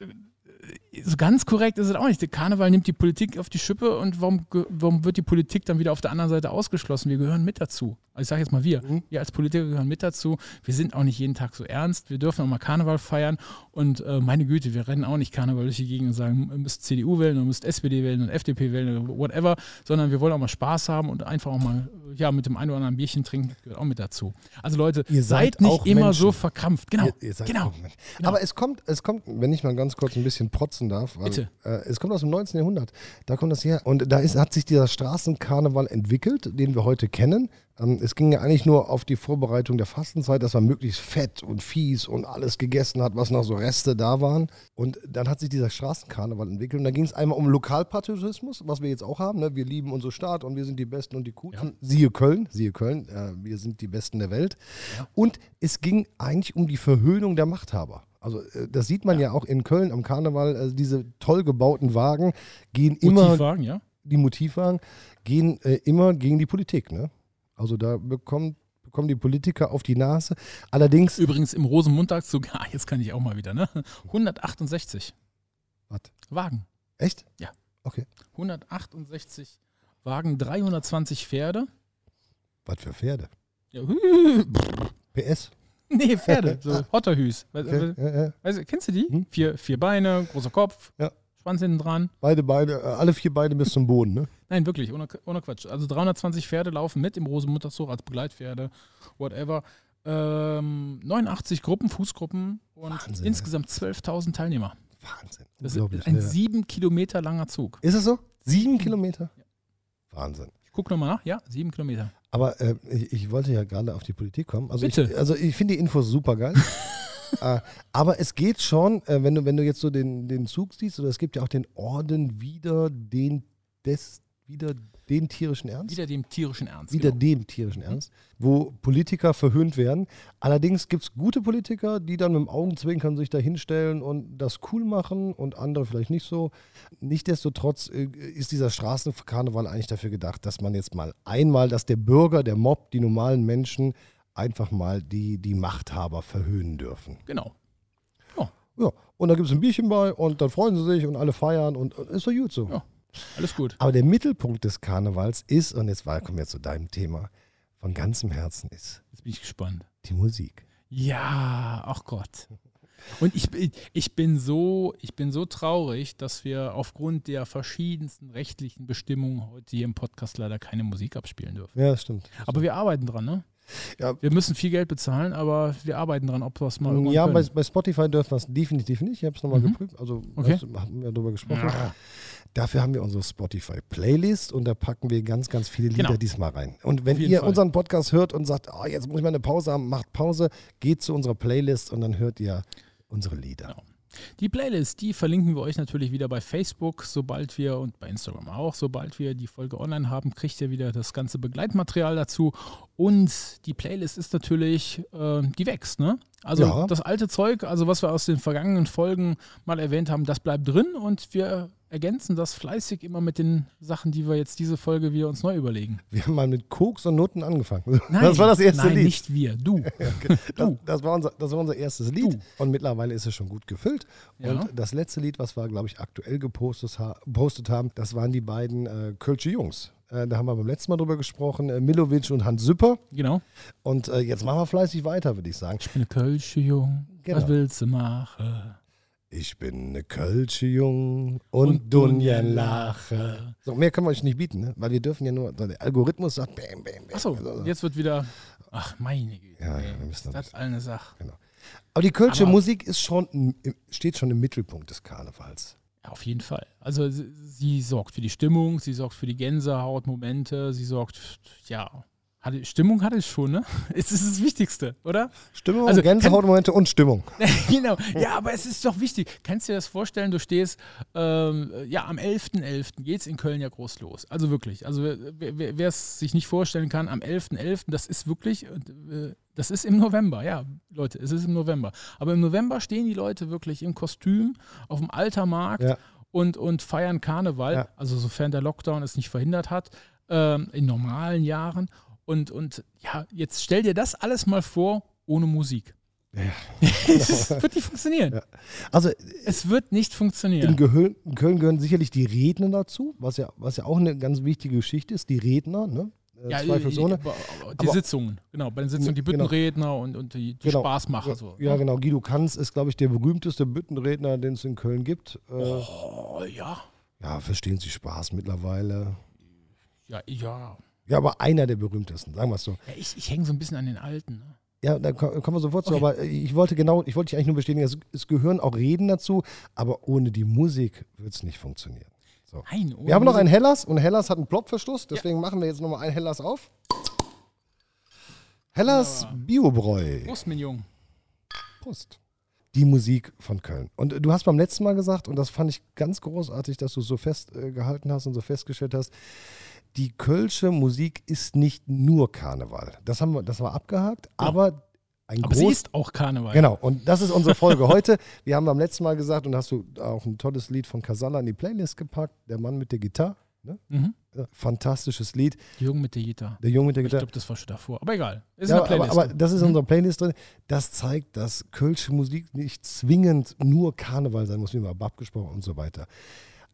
Speaker 2: äh, so ganz korrekt ist es auch nicht. Der Karneval nimmt die Politik auf die Schippe und warum, ge- warum wird die Politik dann wieder auf der anderen Seite ausgeschlossen? Wir gehören mit dazu. Also ich sage jetzt mal wir.
Speaker 1: Mhm.
Speaker 2: Wir als Politiker gehören mit dazu. Wir sind auch nicht jeden Tag so ernst. Wir dürfen auch mal Karneval feiern. Und äh, meine Güte, wir rennen auch nicht Karneval durch die Gegend und sagen, ihr müsst CDU wählen, ihr müsst SPD wählen und FDP wählen oder whatever, sondern wir wollen auch mal Spaß haben und einfach auch mal äh, ja, mit dem einen oder anderen Bierchen trinken. Das gehört auch mit dazu. Also Leute,
Speaker 1: Ihr seid
Speaker 2: nicht
Speaker 1: auch
Speaker 2: immer
Speaker 1: Menschen.
Speaker 2: so verkrampft. Genau.
Speaker 1: Ihr, ihr seid
Speaker 2: genau.
Speaker 1: auch Mensch. Aber es kommt, es kommt, wenn ich mal ganz kurz ein bisschen protzen darf, weil
Speaker 2: Bitte.
Speaker 1: Äh, es kommt aus dem 19. Jahrhundert. Da kommt das her. Und da ist, hat sich dieser Straßenkarneval entwickelt, den wir heute kennen. Ähm, es ging ja eigentlich nur auf die Vorbereitung der Fastenzeit, dass man möglichst fett und fies und alles gegessen hat, was noch so Reste da waren. Und dann hat sich dieser Straßenkarneval entwickelt. Und da ging es einmal um Lokalpatriotismus, was wir jetzt auch haben. Ne? Wir lieben unsere Stadt und wir sind die Besten und die Coolsten. Siehe Köln, siehe Köln, äh, wir sind die Besten der Welt. Und es ging eigentlich um die Verhöhnung der Machthaber. Also äh, das sieht man ja, auch in Köln am Karneval. Also diese toll gebauten Wagen gehen immer,
Speaker 2: Motivwagen, ja.
Speaker 1: die Motivwagen gehen äh, immer gegen die Politik. Ne? Also da bekommt, bekommen die Politiker auf die Nase. Allerdings,
Speaker 2: Übrigens im Rosenmontag sogar, *laughs* ah, jetzt kann ich auch mal wieder, ne? 168
Speaker 1: was?
Speaker 2: Wagen.
Speaker 1: Echt?
Speaker 2: 168 Wagen, 320 Pferde.
Speaker 1: Was für Pferde?
Speaker 2: Ja, *laughs* pff,
Speaker 1: PS?
Speaker 2: nee, Pferde,
Speaker 1: *laughs*
Speaker 2: so Hotterhüs. Weißt,
Speaker 1: Okay. Ja, ja.
Speaker 2: weißt, du, kennst du die?
Speaker 1: Hm?
Speaker 2: Vier, vier Beine, großer Kopf,
Speaker 1: Ja.
Speaker 2: Schwanz hinten dran.
Speaker 1: Beide Beine, äh, alle vier Beine bis zum Boden. Ne?
Speaker 2: Nein, wirklich, ohne, ohne Quatsch. Also 320 Pferde laufen mit im Rosenmontagszug als Begleitpferde, whatever. Ähm, 89 Gruppen, Fußgruppen und
Speaker 1: Wahnsinn, ey.
Speaker 2: insgesamt 12.000 Teilnehmer.
Speaker 1: Wahnsinn.
Speaker 2: Das
Speaker 1: Unglaublich.
Speaker 2: ist ein
Speaker 1: ja.
Speaker 2: sieben Kilometer langer Zug.
Speaker 1: Ist es so? Sieben Kilometer? Wahnsinn.
Speaker 2: Ich gucke nochmal nach, ja, sieben Kilometer.
Speaker 1: Aber äh, ich, ich wollte ja gerade auf die Politik kommen. Also Ich,
Speaker 2: Bitte.
Speaker 1: also ich finde die Infos super geil. äh, aber es geht schon, äh, wenn, du, wenn du jetzt so den, den Zug siehst, oder es gibt ja auch den Orden wieder den des wieder den tierischen Ernst.
Speaker 2: Wieder dem tierischen Ernst.
Speaker 1: wieder
Speaker 2: genau.
Speaker 1: dem tierischen Ernst, wo Politiker verhöhnt werden. Allerdings gibt es gute Politiker, die dann mit dem Augenzwinkern sich da hinstellen und das cool machen und andere vielleicht nicht so. Nichtsdestotrotz äh, ist dieser Straßenkarneval eigentlich dafür gedacht, dass man jetzt mal einmal, dass der Bürger, der Mob, die normalen Menschen einfach mal die, die Machthaber verhöhnen dürfen.
Speaker 2: Genau.
Speaker 1: Ja, und da gibt es ein Bierchen bei und dann freuen sie sich und alle feiern und, und ist doch gut so.
Speaker 2: Ja. Alles gut.
Speaker 1: Aber der Mittelpunkt des Karnevals ist, und jetzt war- kommen wir zu deinem Thema, von ganzem Herzen ist
Speaker 2: Jetzt bin ich gespannt.
Speaker 1: die Musik.
Speaker 2: Ja, ach Gott. Und ich, bin- ich, bin so, ich bin so traurig, dass wir aufgrund der verschiedensten rechtlichen Bestimmungen heute hier im Podcast leider keine Musik abspielen dürfen.
Speaker 1: Ja, stimmt.
Speaker 2: Aber wir arbeiten dran, ne?
Speaker 1: Ja.
Speaker 2: Wir müssen viel Geld bezahlen, aber wir arbeiten dran, ob wir es mal irgendwann
Speaker 1: Ja, bei,
Speaker 2: können.
Speaker 1: bei Spotify dürfen wir es definitiv nicht. Ich habe es nochmal
Speaker 2: Mhm.
Speaker 1: geprüft. Also
Speaker 2: Okay.
Speaker 1: weißt du, haben wir darüber gesprochen. Dafür haben wir unsere Spotify-Playlist und da packen wir ganz, ganz viele Lieder
Speaker 2: Genau.
Speaker 1: diesmal rein. Und wenn
Speaker 2: Auf jeden
Speaker 1: ihr
Speaker 2: Fall.
Speaker 1: unseren Podcast hört und sagt, ah, jetzt muss ich mal eine Pause haben, macht Pause, geht zu unserer Playlist und dann hört ihr unsere Lieder.
Speaker 2: Genau. Die Playlist, die verlinken wir euch natürlich wieder bei Facebook, sobald wir und bei Instagram auch, sobald wir die Folge online haben, kriegt ihr wieder das ganze Begleitmaterial dazu. Und die Playlist ist natürlich, äh, die wächst, ne? Also
Speaker 1: Ja.
Speaker 2: das alte Zeug, also was wir aus den vergangenen Folgen mal erwähnt haben, das bleibt drin und wir ergänzen das fleißig immer mit den Sachen, die wir jetzt diese Folge wieder uns neu überlegen.
Speaker 1: Wir haben mal mit Koks und Noten angefangen. das war das erste
Speaker 2: nein,
Speaker 1: Lied.
Speaker 2: nicht
Speaker 1: *laughs*
Speaker 2: wir, du.
Speaker 1: Das,
Speaker 2: Du.
Speaker 1: das, war unser, das war unser erstes Lied und mittlerweile ist es schon gut gefüllt.
Speaker 2: Ja.
Speaker 1: Und das letzte Lied, was wir, glaube ich, aktuell gepostet, ha gepostet haben, das waren die beiden äh, Kölsche Jungs. Äh, da haben wir beim letzten Mal drüber gesprochen, äh, Milovic und Hans Süpper.
Speaker 2: Genau.
Speaker 1: Und äh, jetzt machen wir fleißig weiter, würde ich sagen.
Speaker 2: Ich bin eine Kölsche Jung, was
Speaker 1: Genau.
Speaker 2: willst du machen?
Speaker 1: Ich bin ne Kölsche Jung und,
Speaker 2: Und
Speaker 1: Dunjen
Speaker 2: Dunjen
Speaker 1: lache. So, mehr können wir euch nicht bieten, ne? weil wir dürfen ja nur, der Algorithmus sagt bam, bam, bam.
Speaker 2: Achso, jetzt wird wieder. Ach, meine Güte.
Speaker 1: also. Ja,
Speaker 2: ey,
Speaker 1: ja, wir müssen
Speaker 2: ist
Speaker 1: noch ein
Speaker 2: das eine Sache.
Speaker 1: Aber die Kölsche
Speaker 2: Aber-
Speaker 1: Musik ist schon, im- steht schon im Mittelpunkt des Karnevals.
Speaker 2: Ja, auf jeden Fall. Also sie, sie sorgt für die Stimmung, sie sorgt für die Gänsehautmomente, sie sorgt, f- ja. Hatte, Stimmung hatte ich schon, ne? *laughs* Es ist das Wichtigste, oder?
Speaker 1: Stimmung,
Speaker 2: Also,
Speaker 1: Gänsehautmomente und Stimmung.
Speaker 2: *laughs* genau. Ja, aber es ist doch wichtig. Kannst du dir das vorstellen? Du stehst, ähm, ja, am 11.11. geht es in Köln ja groß los. Also wirklich. Also wer- wer wer es sich nicht vorstellen kann, am 11.11., das ist wirklich, äh, das ist im November. Ja, Leute, es ist im November. Aber im November stehen die Leute wirklich im Kostüm auf dem Altermarkt
Speaker 1: Ja.
Speaker 2: und, und feiern Karneval.
Speaker 1: Ja.
Speaker 2: Also sofern der Lockdown es nicht verhindert hat, ähm, in normalen Jahren. Und, und ja, jetzt stell dir das alles mal vor ohne Musik. Es wird nicht funktionieren.
Speaker 1: Also
Speaker 2: Es wird nicht funktionieren.
Speaker 1: in, Gehö in Köln gehören sicherlich die Redner dazu, was ja, was ja auch eine ganz wichtige Geschichte ist, die Redner, ne? Äh,
Speaker 2: ja,
Speaker 1: Zweifelsohne.
Speaker 2: aber- aber die
Speaker 1: Aber-
Speaker 2: Sitzungen, genau, bei den Sitzungen, die
Speaker 1: Genau.
Speaker 2: Büttenredner und, und die, die
Speaker 1: Genau.
Speaker 2: Spaßmacher. So. ne?
Speaker 1: Ja, genau. Guido Kanz ist, glaube ich, der berühmteste Büttenredner, den es in Köln gibt. Äh,
Speaker 2: Oh, ja.
Speaker 1: Ja, verstehen Sie Spaß mittlerweile.
Speaker 2: Ja, ja.
Speaker 1: Ja, aber einer der berühmtesten, sagen wir es so.
Speaker 2: ja ich, ich hänge so ein bisschen an den Alten. Ne?
Speaker 1: Ja, da ko- kommen wir sofort zu,
Speaker 2: Okay.
Speaker 1: aber äh, ich wollte genau, ich wollte dich eigentlich nur bestätigen, es, es gehören auch Reden dazu, aber ohne die Musik wird es nicht funktionieren.
Speaker 2: Nein,
Speaker 1: Wir haben noch einen Hellas und Hellas hat einen Plopverschluss, deswegen machen wir jetzt nochmal einen Hellas auf. Hellas Biobräu.
Speaker 2: Prost, mein Junge.
Speaker 1: Prost. Die Musik von Köln. Und äh, du hast beim letzten Mal gesagt, und das fand ich ganz großartig, dass du es so festgehalten hast und so festgestellt hast, die kölsche Musik ist nicht nur Karneval. Das, haben wir, das war abgehakt, aber ein
Speaker 2: Aber sie
Speaker 1: groß,
Speaker 2: ist auch Karneval.
Speaker 1: Genau, und das ist unsere Folge heute. Wir haben beim letzten Mal gesagt, und hast du auch ein tolles Lied von Casalla in die Playlist gepackt, der Mann mit der Gitarre. Ne?
Speaker 2: Mhm.
Speaker 1: Ja, Fantastisches Lied.
Speaker 2: Die Jungen mit der Jita.
Speaker 1: Der Junge mit der
Speaker 2: Ich
Speaker 1: Gitarre.
Speaker 2: glaube, das war schon davor. Aber egal. Ist
Speaker 1: Ja,
Speaker 2: in der
Speaker 1: aber,
Speaker 2: Playlist. Mhm.
Speaker 1: aber das ist in unserer Playlist drin. Das zeigt, dass kölsche Musik nicht zwingend nur Karneval sein muss, wie wir über Bab gesprochen haben und so weiter.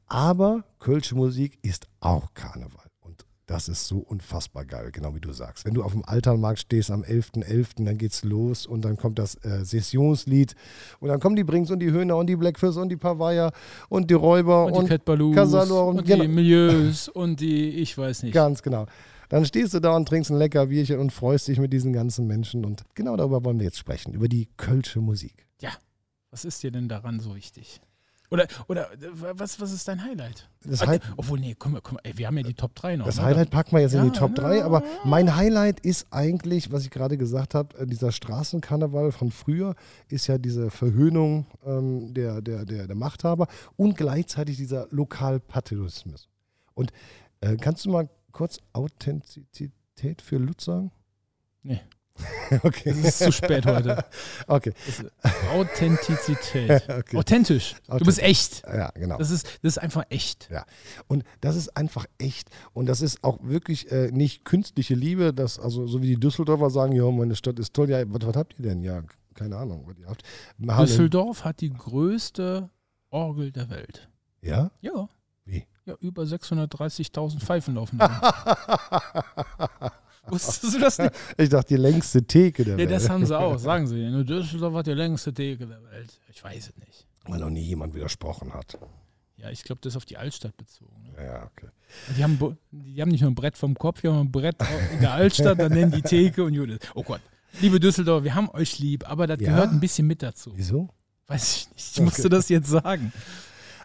Speaker 1: Aber kölsche Musik ist auch Karneval. Und das ist so unfassbar geil, genau wie du sagst. Wenn du auf dem Alternmarkt stehst am 11.11., dann geht's los und dann kommt das äh, Sessionslied und dann kommen die Brings und die Höhner und die Blackfish und die Pavaya und die Räuber
Speaker 2: und die Cat Balloons
Speaker 1: Casalo
Speaker 2: und,
Speaker 1: und-
Speaker 2: die
Speaker 1: genau.
Speaker 2: Milieus und die, ich weiß nicht.
Speaker 1: Ganz genau. Dann stehst du da und trinkst ein lecker Bierchen und freust dich mit diesen ganzen Menschen. Und genau darüber wollen wir jetzt sprechen, über die kölsche Musik.
Speaker 2: Was ist dir denn daran so wichtig? Oder, oder äh, was, was ist dein Highlight?
Speaker 1: Das,
Speaker 2: Ah,
Speaker 1: Hi
Speaker 2: Obwohl, nee, komm, komm, ey, wir haben ja die Top 3 noch.
Speaker 1: das
Speaker 2: ne?
Speaker 1: Highlight packen wir jetzt in
Speaker 2: Ja,
Speaker 1: die Top 3,
Speaker 2: na.
Speaker 1: aber mein Highlight ist eigentlich, was ich gerade gesagt habe, äh, dieser Straßenkarneval von früher ist ja diese Verhöhnung ähm, der, der, der, der Machthaber und gleichzeitig dieser Lokalpatriotismus. Und äh, kannst du mal kurz Authentizität für Lutz sagen?
Speaker 2: Nee.
Speaker 1: *laughs* okay.
Speaker 2: Es ist zu spät heute.
Speaker 1: *laughs* Okay.
Speaker 2: Es ist Authentizität.
Speaker 1: *laughs* okay.
Speaker 2: Authentisch. Du bist echt.
Speaker 1: Ja, genau.
Speaker 2: Das ist, das ist einfach echt.
Speaker 1: Ja, und das ist einfach echt. Und das ist auch wirklich äh, nicht künstliche Liebe, dass, also so wie die Düsseldorfer sagen, ja, meine Stadt ist toll, ja, was, was habt ihr denn? Ja, keine Ahnung, was ihr habt. Wir haben-
Speaker 2: Düsseldorf hat die größte Orgel der Welt.
Speaker 1: Ja? *laughs*
Speaker 2: Ja.
Speaker 1: Wie? *laughs*
Speaker 2: Ja, über 630.000 Pfeifen laufen. da. Wusstest du das nicht?
Speaker 1: Ich dachte, die längste Theke der
Speaker 2: Ja,
Speaker 1: Welt.
Speaker 2: das haben sie auch, sagen sie. Nur Düsseldorf hat die längste Theke der Welt. Ich weiß es nicht.
Speaker 1: Weil noch nie jemand widersprochen hat.
Speaker 2: Ja, ich glaube, das ist auf die Altstadt bezogen. ne?
Speaker 1: Ja, okay.
Speaker 2: Die haben, bo- die haben nicht nur ein Brett vom Kopf, die haben ein Brett au- in der Altstadt, dann nennen die Theke und Judith. Oh Gott. Liebe Düsseldorf, wir haben euch lieb, aber das
Speaker 1: Ja?
Speaker 2: gehört ein bisschen mit dazu.
Speaker 1: Wieso?
Speaker 2: Weiß ich nicht. Ich musste das jetzt sagen.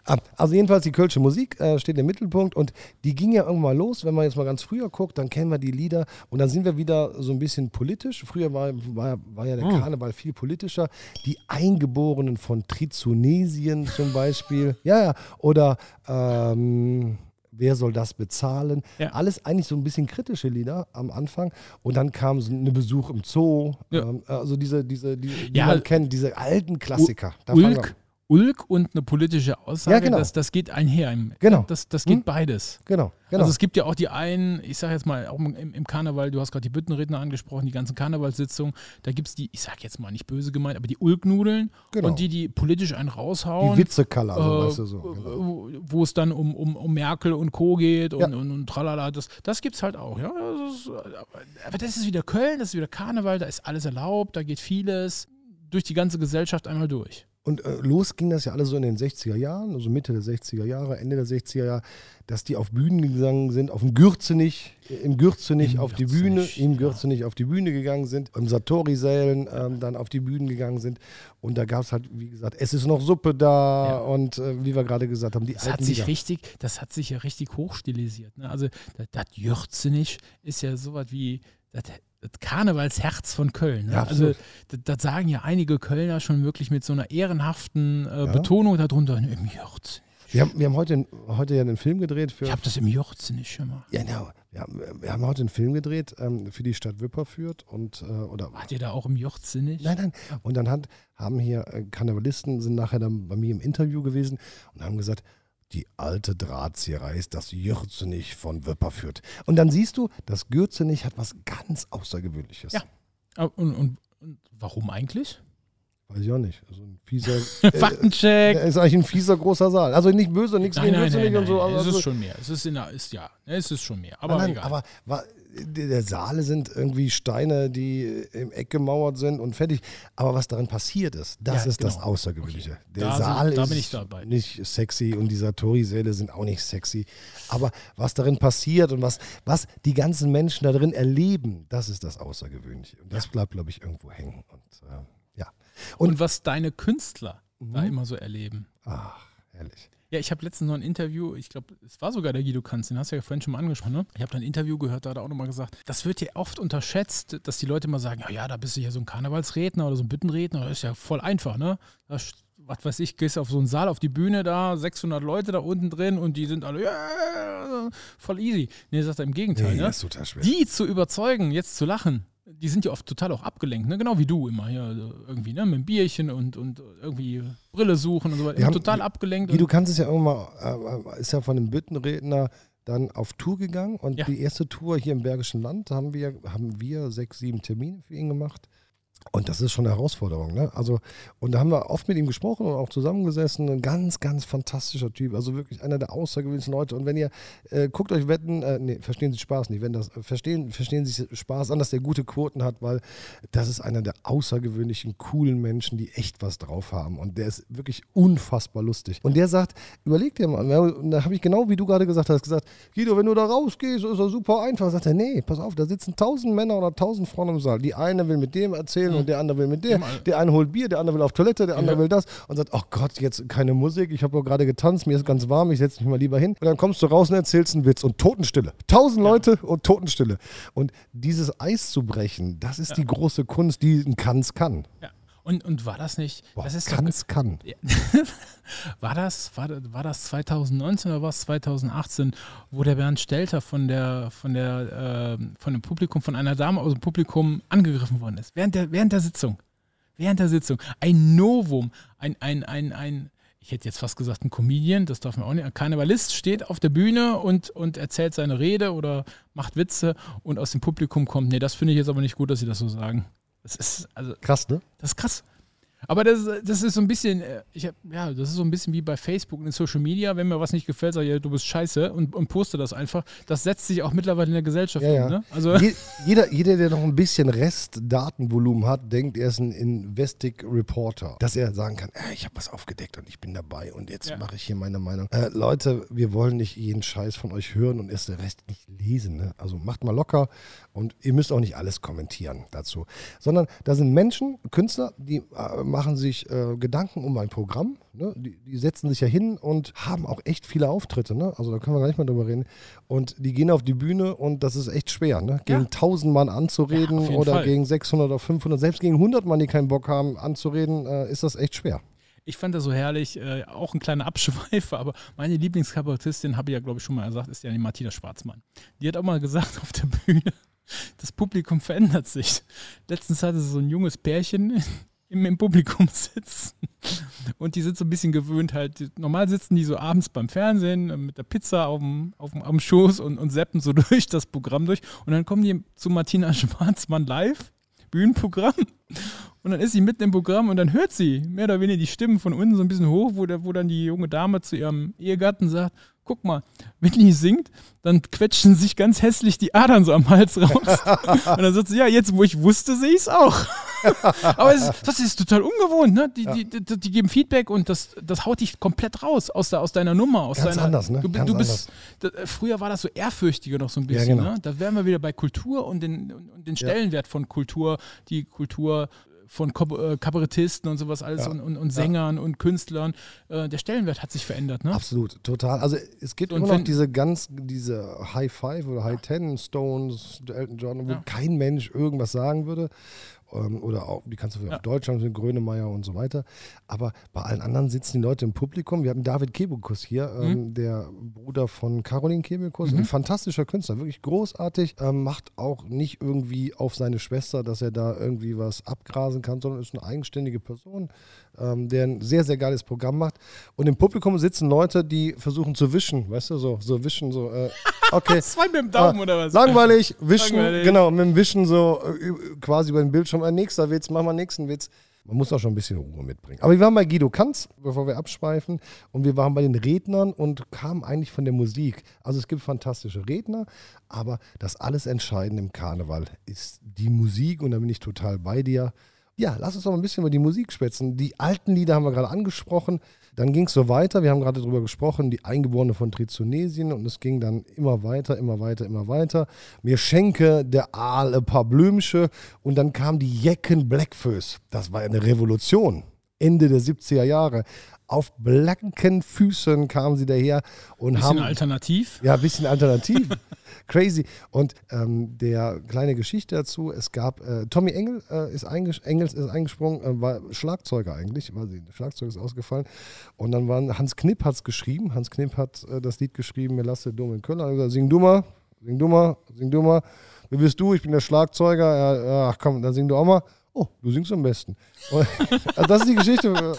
Speaker 1: Ah, Also jedenfalls die Kölsche Musik äh, steht im Mittelpunkt und die ging ja irgendwann mal los. Wenn man jetzt mal ganz früher guckt, dann kennen wir die Lieder und dann sind wir wieder so ein bisschen politisch. Früher war, war, war ja der
Speaker 2: Hm.
Speaker 1: Karneval viel politischer. Die Eingeborenen von Trizunesien zum
Speaker 2: *laughs*
Speaker 1: Beispiel. ja, ja. Oder ähm, Wer soll das bezahlen?
Speaker 2: Ja.
Speaker 1: Alles eigentlich so ein bisschen kritische Lieder am Anfang. Und dann kam so eine Besuch im Zoo.
Speaker 2: Ja.
Speaker 1: Ähm, also diese, diese, die, die
Speaker 2: Ja.
Speaker 1: man kennt, diese alten Klassiker. Da fangen wir-
Speaker 2: Ulk, Ulk und eine politische Aussage,
Speaker 1: Ja, genau.
Speaker 2: das, das geht einher. Im,
Speaker 1: Genau.
Speaker 2: Das, das geht
Speaker 1: Hm?
Speaker 2: beides.
Speaker 1: Genau, genau.
Speaker 2: Also es gibt ja auch die einen, ich sage jetzt mal, auch im, im Karneval, du hast gerade die Büttenredner angesprochen, die ganzen Karnevalssitzungen, da gibt es die, ich sage jetzt mal nicht böse gemeint, aber die Ulknudeln
Speaker 1: Genau.
Speaker 2: und die, die politisch einen raushauen.
Speaker 1: Die Witzekaller,
Speaker 2: äh,
Speaker 1: so, weißt du so. Genau.
Speaker 2: wo- Wo es dann um, um, um Merkel und Co. geht und,
Speaker 1: Ja.
Speaker 2: und, und tralala, das, das gibt es halt auch. Ja? Das ist, aber- aber das ist wieder Köln, das ist wieder Karneval, da ist alles erlaubt, da geht vieles durch die ganze Gesellschaft einmal durch.
Speaker 1: Und äh, los ging das ja alles so in den 60er Jahren, also Mitte der 60er Jahre, Ende der 60er Jahre, dass die auf Bühnen gegangen sind, auf dem Gürzenich, äh, im Gürzenich
Speaker 2: Im
Speaker 1: auf die
Speaker 2: Gürzenich,
Speaker 1: Bühne, im
Speaker 2: ja.
Speaker 1: Gürzenich auf die Bühne gegangen sind, im Satori-Sälen ähm, dann auf die Bühnen gegangen sind. Und da gab es halt, wie gesagt, es ist noch Suppe da
Speaker 2: Ja.
Speaker 1: und äh, wie wir gerade gesagt haben, die
Speaker 2: Das
Speaker 1: alten
Speaker 2: hat sich
Speaker 1: Lieder.
Speaker 2: richtig, das hat sich ja richtig hochstilisiert. Ne? Also das, das Jürzenich ist ja sowas wie das, das Karnevalsherz von Köln. Ne?
Speaker 1: Ja,
Speaker 2: also
Speaker 1: absolut.
Speaker 2: das, das sagen ja einige Kölner schon wirklich mit so einer ehrenhaften äh, Betonung darunter. Ne, Im Jürzenich.
Speaker 1: Wir haben, wir haben heute, heute ja einen Film gedreht für
Speaker 2: Ich habe das im Jürzenich gemacht.
Speaker 1: ja, genau. Wir haben, wir haben heute einen Film gedreht ähm, für die Stadt Wipperfürth und äh, oder
Speaker 2: Wart ihr da auch im Jürzenich?
Speaker 1: Nein, nein. Und dann hat, haben hier äh, Karnevalisten, sind nachher dann bei mir im Interview gewesen und haben gesagt, die alte Drahtzieherei ist das Jürzenich von Wipperfürth. Und dann siehst du, das Gürzenich hat was ganz Außergewöhnliches.
Speaker 2: Ja. Ah, Und, und, und
Speaker 1: *laughs*
Speaker 2: warum eigentlich?
Speaker 1: Weiß ich auch nicht. So ein fieser,
Speaker 2: Faktencheck!
Speaker 1: äh, ist eigentlich ein fieser großer Saal. Also nicht böse, nichts
Speaker 2: Nein,
Speaker 1: gegen
Speaker 2: nein,
Speaker 1: Gürzenich
Speaker 2: nein, nein,
Speaker 1: und so.
Speaker 2: nein.
Speaker 1: aber
Speaker 2: es
Speaker 1: so-
Speaker 2: ist schon mehr. Es ist, in der, ist ja, es ist schon mehr. Aber
Speaker 1: nein, nein,
Speaker 2: egal.
Speaker 1: aber wa- der Saale sind irgendwie Steine, die im Eck gemauert sind und fertig. Aber was darin passiert ist, das
Speaker 2: Ja,
Speaker 1: ist das
Speaker 2: genau.
Speaker 1: Außergewöhnliche.
Speaker 2: Okay.
Speaker 1: Der
Speaker 2: Da sind-
Speaker 1: Saal
Speaker 2: da
Speaker 1: ist
Speaker 2: bin ich dabei.
Speaker 1: nicht sexy und die Satori-Säle sind auch nicht sexy. Aber was darin passiert und was, was die ganzen Menschen da drin erleben, das ist das Außergewöhnliche. Und das bleibt, glaube ich, irgendwo hängen. Und ähm, ja,
Speaker 2: und, was deine Künstler
Speaker 1: Mhm.
Speaker 2: da immer so erleben.
Speaker 1: ach, herrlich.
Speaker 2: Ja, ich habe letztens noch ein Interview, ich glaube, es war sogar der Guido Kanz, den hast du ja vorhin schon mal angesprochen, ne? Ich habe da ein Interview gehört, da hat er auch nochmal gesagt, das wird ja oft unterschätzt, dass die Leute mal sagen, ja, ja, da bist du ja so ein Karnevalsredner oder so ein Büttenredner, das ist ja voll einfach, ne? Da, sch- was weiß ich, gehst auf so einen Saal, auf die Bühne da, 600 Leute da unten drin und die sind alle, ja, voll easy. Nee, sagt er im Gegenteil,
Speaker 1: Nee,
Speaker 2: ne?
Speaker 1: das ist total schwer.
Speaker 2: die zu überzeugen, jetzt zu lachen, die sind ja oft total auch abgelenkt, ne? genau wie du immer hier irgendwie, ne? mit dem Bierchen und, und irgendwie Brille suchen und so weiter.
Speaker 1: haben-
Speaker 2: total abgelenkt.
Speaker 1: Wie du
Speaker 2: und,
Speaker 1: kannst es ja irgendwann mal, äh, ist ja von dem Büttenredner dann auf Tour gegangen und
Speaker 2: Ja.
Speaker 1: die erste Tour hier im Bergischen Land haben wir, haben wir sechs, sieben Termine für ihn gemacht. Und das ist schon eine Herausforderung, ne? Also, und da haben wir oft mit ihm gesprochen und auch zusammengesessen. Ein ganz, ganz fantastischer Typ. Also wirklich einer der außergewöhnlichsten Leute. Und wenn ihr, äh, guckt euch Wetten, äh, nee, verstehen Sie Spaß nicht, wenn das, äh, verstehen, verstehen Sie Spaß an, dass der gute Quoten hat, weil das ist einer der außergewöhnlichen, coolen Menschen, die echt was drauf haben. Und der ist wirklich unfassbar lustig. Und der sagt, überleg dir mal, und da habe ich genau wie du gerade gesagt hast, gesagt, Guido, wenn du da rausgehst, ist das super einfach. Sagt er, nee, pass auf, da sitzen tausend Männer oder tausend Frauen im Saal. Die eine will mit dem erzählen
Speaker 2: Hm.
Speaker 1: und der andere will mit dem. Der eine holt Bier, der andere will auf Toilette, der andere
Speaker 2: Ja.
Speaker 1: will das. Und sagt, ach Gott, jetzt keine Musik, ich habe doch gerade getanzt, mir ist ganz warm, ich setze mich mal lieber hin. Und dann kommst du raus und erzählst einen Witz und Totenstille. Tausend Leute und Totenstille. Und dieses Eis zu brechen, das ist die große Kunst, die ein Kanz kann.
Speaker 2: ja. und, und war das nicht,
Speaker 1: Boah,
Speaker 2: das ist doch,
Speaker 1: Kanz kann.
Speaker 2: Ja. *laughs* war, das, war, das- war das 2019 oder war es 2018, wo der Bernd Stelter von der, von der, ähm, von dem Publikum, von einer Dame aus dem Publikum angegriffen worden ist? Während der, während der Sitzung. Während der Sitzung. Ein Novum, ein, ein, ein, ein, ich hätte jetzt fast gesagt, ein Comedian, das darf man auch nicht. Ein Karnevalist steht auf der Bühne und, und erzählt seine Rede oder macht Witze und aus dem Publikum kommt. Nee, das finde ich jetzt aber nicht gut, dass sie das so sagen. Das ist, also,
Speaker 1: Krass, ne?
Speaker 2: das ist krass. Aber das, das ist so ein bisschen, äh, ich hab, ja, das ist so ein bisschen wie bei Facebook und in Social Media, wenn mir was nicht gefällt, sage ich, ja, du bist scheiße und, und poste das einfach. Das setzt sich auch mittlerweile in der Gesellschaft
Speaker 1: Ja,
Speaker 2: um,
Speaker 1: ja.
Speaker 2: Ne? Also *laughs*
Speaker 1: Je, jeder, jeder, der noch ein bisschen Restdatenvolumen hat, denkt, er ist ein Investig Reporter. Dass er sagen kann, äh, ich habe was aufgedeckt und ich bin dabei und jetzt
Speaker 2: Ja.
Speaker 1: mache ich hier meine Meinung. Äh, Leute, wir wollen nicht jeden Scheiß von euch hören und erst den Rest nicht lesen. Ne? Also macht mal locker und ihr müsst auch nicht alles kommentieren dazu. Sondern da sind Menschen, Künstler, die äh, machen sich äh, Gedanken um ein Programm. Ne? Die, die setzen sich ja hin und haben auch echt viele Auftritte. Ne? Also da können wir gar nicht mal drüber reden. Und die gehen auf die Bühne und das ist echt schwer, ne? gegen
Speaker 2: Ja.
Speaker 1: 1000 Mann anzureden
Speaker 2: Ja, auf jeden
Speaker 1: oder
Speaker 2: Fall.
Speaker 1: gegen 600 oder 500, selbst gegen 100 Mann, die keinen Bock haben anzureden, äh, ist das echt schwer.
Speaker 2: ich fand das so herrlich, äh, auch ein kleiner Abschweifer, aber meine Lieblingskabarettistin, habe ich ja, glaube ich, schon mal gesagt, ist ja die Martina Schwarzmann. Die hat auch mal gesagt auf der Bühne, das Publikum verändert sich. Letztens hatte sie so ein junges Pärchen *laughs* im, im Publikum sitzen und die sind so ein bisschen gewöhnt halt. Die- Normal sitzen die so abends beim Fernsehen äh, mit der Pizza auf dem, auf dem, auf dem Schoß und, und seppen so *laughs* durch das Programm durch und dann kommen die zu Martina Schwarzmann live, Bühnenprogramm und dann ist sie mitten im Programm und dann hört sie mehr oder weniger die Stimmen von unten so ein bisschen hoch, wo, der, wo dann die junge Dame zu ihrem Ehegatten sagt, guck mal, wenn die singt, dann quetschen sich ganz hässlich die Adern so am Hals
Speaker 1: *laughs*
Speaker 2: raus. und dann sagt sie, ja, jetzt wo ich wusste, sehe ich es auch. Aber es, ist- das ist total ungewohnt, ne? Die, die, die, die geben Feedback und das, das haut dich komplett raus aus, der, aus deiner Nummer. Aus
Speaker 1: Ganz
Speaker 2: deiner,
Speaker 1: anders, ne?
Speaker 2: Du, bi-
Speaker 1: Ganz
Speaker 2: du bist, da, äh, früher war das so ehrfürchtiger noch so ein bisschen,
Speaker 1: genau.
Speaker 2: ne? Da wären wir wieder bei Kultur und den, und- und den
Speaker 1: Ja.
Speaker 2: Stellenwert von Kultur, die Kultur von Kab äh, Kabarettisten und sowas alles
Speaker 1: Ja.
Speaker 2: und, und, und Sängern und Künstlern. Äh, der Stellenwert hat sich verändert, ne?
Speaker 1: Absolut, total. Also es gibt
Speaker 2: Und
Speaker 1: immer noch
Speaker 2: wenn-
Speaker 1: diese ganz, diese High Five oder High Ten, Stones, Elton John, wo
Speaker 2: Ja.
Speaker 1: kein Mensch irgendwas sagen würde. Ähm, Oder auch, die kannst du für
Speaker 2: Ja.
Speaker 1: auf Deutschland, für Grönemeyer und so weiter. Aber bei allen anderen sitzen die Leute im Publikum. Wir haben David Kebekus hier, ähm, der Bruder von Caroline Kebekus. Ein fantastischer Künstler, wirklich großartig. Ähm, macht auch nicht irgendwie auf seine Schwester, dass er da irgendwie was abgrasen kann, sondern ist eine eigenständige Person, ähm, der ein sehr, sehr geiles Programm macht. Und im Publikum sitzen Leute, die versuchen zu wischen, weißt du, so, so wischen, so, äh,
Speaker 2: *laughs*
Speaker 1: okay.
Speaker 2: Zwei mit dem Daumen
Speaker 1: Ah,
Speaker 2: oder was? *laughs*
Speaker 1: Langweilig, wischen,
Speaker 2: Langweilig.
Speaker 1: genau, mit dem Wischen so äh, üb- quasi über den Bildschirm. Ein nächster Witz, mach mal nächsten Witz. Man muss auch schon ein bisschen Ruhe mitbringen. Aber wir waren bei Guido Kanz, bevor wir abschweifen, und wir waren bei den Rednern und kamen eigentlich von der Musik. Also es gibt fantastische Redner, aber das alles Entscheidende im Karneval ist die Musik und da bin ich total bei dir. Ja, lass uns doch mal ein bisschen über die Musik schwätzen. Die alten Lieder haben wir gerade angesprochen. Dann ging es so weiter. Wir haben gerade darüber gesprochen, die Eingeborene von Trizonesien. Und es ging dann immer weiter, immer weiter, immer weiter. Mir schenke der Aal ein paar Blümsche. Und dann kam die Jecken Blackfoes. Das war eine Revolution. Ende der 70er Jahre. Auf blanken Füßen kamen sie daher und
Speaker 2: Bisschen
Speaker 1: haben.
Speaker 2: alternativ.
Speaker 1: Ja, ein bisschen alternativ. Crazy. Und ähm, der kleine Geschichte dazu, es gab, äh, Tommy Engel, äh, ist, eingesch Engels ist eingesprungen, äh, war Schlagzeuger eigentlich, weil sie- Schlagzeug ist ausgefallen. Und dann waren, Hans Knipp hat es geschrieben, Hans Knipp hat äh, das Lied geschrieben, mir lasse dumm in Köln. Er hat gesagt, sing du mal, sing du mal, sing du mal. Wer bist du? Ich bin der Schlagzeuger. Ja, ach komm, dann sing du auch mal. Oh, du singst am besten. *laughs* Und, also das ist die Geschichte.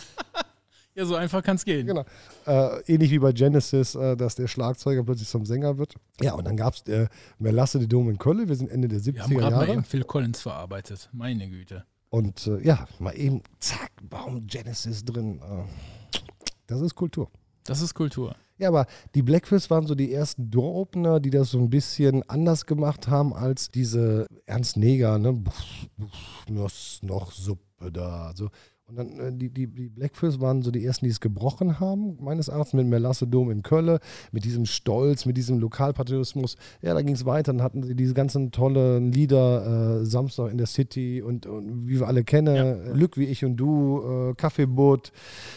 Speaker 2: Ja, so einfach kann es gehen.
Speaker 1: Genau. Äh, ähnlich wie bei Genesis, äh, dass der Schlagzeuger plötzlich zum Sänger wird. Ja, und dann gab es äh, Melasse die Dom in Köln. Wir sind Ende der
Speaker 2: Wir haben
Speaker 1: 70er
Speaker 2: gerade mal
Speaker 1: Jahre.
Speaker 2: eben Phil Collins verarbeitet. Meine Güte.
Speaker 1: Und äh, ja, mal eben, zack, Baum Genesis drin. Äh, das ist Kultur.
Speaker 2: Das ist Kultur.
Speaker 1: Ja, aber die Blackfish waren so die ersten Door-Opener, die das so ein bisschen anders gemacht haben als diese Ernst Neger, ne? Buff, buff, nuss, noch Suppe da. So. Und dann, äh, die, die, die Blackfish waren so die ersten, die es gebrochen haben, meines Erachtens, mit Melasse Dom in Kölle, mit diesem Stolz, mit diesem Lokalpatriotismus. Ja, da ging es weiter. Dann hatten sie diese ganzen tollen Lieder, äh, Samstag in der City und, und wie wir alle kennen,
Speaker 2: Ja.
Speaker 1: Glück wie ich und du, äh, Kaffeeboot.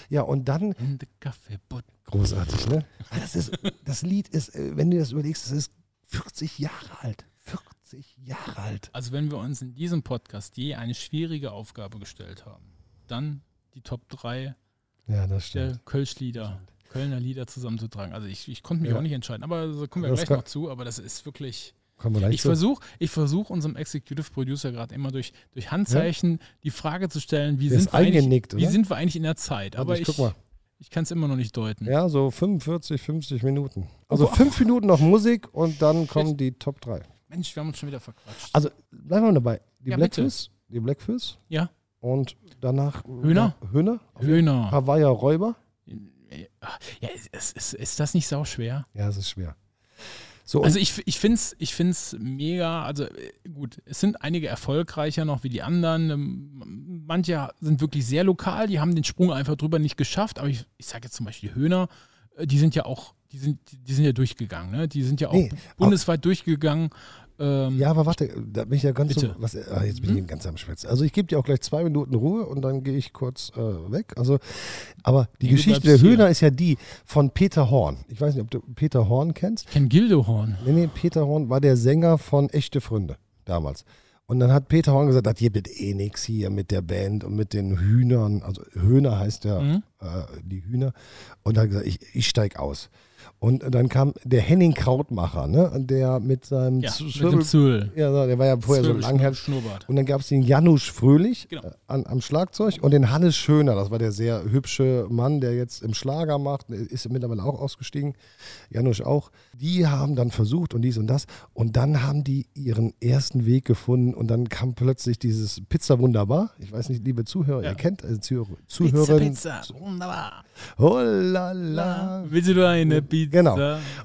Speaker 1: Ja, und dann
Speaker 2: In the Café Butt.
Speaker 1: Großartig, ne? Ah, Das, ist, das Lied ist, äh, wenn du das überlegst, das ist 40 Jahre alt. 40 Jahre alt.
Speaker 2: Also wenn wir uns in diesem Podcast je eine schwierige Aufgabe gestellt haben, dann die Top 3
Speaker 1: Ja, das
Speaker 2: der Kölsch-Lieder, Kölner äh, Lieder zusammenzutragen. Also ich, ich konnte mich
Speaker 1: Ja.
Speaker 2: auch nicht entscheiden, aber da kommen wir
Speaker 1: Das
Speaker 2: gleich
Speaker 1: kann-
Speaker 2: noch zu, aber das ist wirklich...
Speaker 1: Kommen wir gleich
Speaker 2: Ich
Speaker 1: zu.
Speaker 2: versuche ich versuch unserem Executive Producer gerade immer durch, durch Handzeichen die Frage zu stellen, wie
Speaker 1: Der
Speaker 2: sind,
Speaker 1: ist
Speaker 2: wir eigentlich,
Speaker 1: eingenickt,
Speaker 2: wie
Speaker 1: oder?
Speaker 2: sind wir eigentlich in der Zeit? Aber
Speaker 1: Warte,
Speaker 2: ich,
Speaker 1: guck mal.
Speaker 2: ich kann es immer noch nicht deuten.
Speaker 1: Ja, so 45, 50 Minuten. Also fünf Minuten noch Musik und dann kommen die Top 3.
Speaker 2: Mensch, wir haben uns schon wieder verquatscht.
Speaker 1: Also bleiben wir dabei. Die
Speaker 2: Ja,
Speaker 1: Blackfish, die Blackfish
Speaker 2: ja,
Speaker 1: Und danach.
Speaker 2: Hühner?
Speaker 1: Hühner?
Speaker 2: Höhner.
Speaker 1: Hawaii Räuber?
Speaker 2: Ja, ist, ist, ist das nicht sau schwer?
Speaker 1: Ja, es ist schwer. So,
Speaker 2: Also ich, ich finde es ich find's mega, also äh, gut, es sind einige erfolgreicher noch wie die anderen. Ähm, Manche sind wirklich sehr lokal, die haben den Sprung einfach drüber nicht geschafft, aber ich, ich sage jetzt zum Beispiel die Höhner, äh, die sind ja auch, die sind, die sind ja durchgegangen, ne? Die sind ja auch
Speaker 1: Nee,
Speaker 2: bu- bundesweit durchgegangen. Ähm,
Speaker 1: Ja, aber warte, da bin ich ja ganz
Speaker 2: Bitte. Hm?
Speaker 1: so. Was, ah, jetzt bin ich ganz am Schwätzen. Also ich gebe dir auch gleich zwei Minuten Ruhe und dann gehe ich kurz äh, weg. Also, aber die
Speaker 2: Du
Speaker 1: Geschichte der
Speaker 2: bleibst
Speaker 1: Höhner
Speaker 2: hier.
Speaker 1: ist ja die von Peter Horn. Ich weiß nicht, ob du Peter Horn kennst.
Speaker 2: Ken Gildehorn.
Speaker 1: Nee, nee, Peter Horn war der Sänger von Echte Freunde damals. Und dann hat Peter Horn gesagt, das gibt eh nix hier mit der Band und mit den Hühnern. Also Höhner heißt ja
Speaker 2: Mhm.
Speaker 1: äh, die Hühner. Und hat gesagt, ich, ich steig aus. Und dann kam der Henning Krautmacher, ne? der mit seinem
Speaker 2: Ja,
Speaker 1: Z-
Speaker 2: mit
Speaker 1: Zwirbel-
Speaker 2: dem Zwirbel.
Speaker 1: ja, der war ja vorher so
Speaker 2: Zwirbel-
Speaker 1: lang her.
Speaker 2: Schnurrbart.
Speaker 1: Und dann gab es den Janusz Fröhlich
Speaker 2: ne? Genau.
Speaker 1: äh, an, am Schlagzeug und den Hannes Schöner. Das war der sehr hübsche Mann, der jetzt im Schlager macht, ist mittlerweile auch ausgestiegen. Janusz auch. Die haben dann versucht und dies und das. Und dann haben die ihren ersten Weg gefunden und dann kam plötzlich dieses Pizza wunderbar. Ich weiß nicht, liebe Zuhörer,
Speaker 2: Ja.
Speaker 1: ihr kennt äh, Zuhörer,
Speaker 2: Pizza,
Speaker 1: Zuhörer.
Speaker 2: Pizza, wunderbar.
Speaker 1: Oh la la.
Speaker 2: Willst du eine Pizza?
Speaker 1: Genau.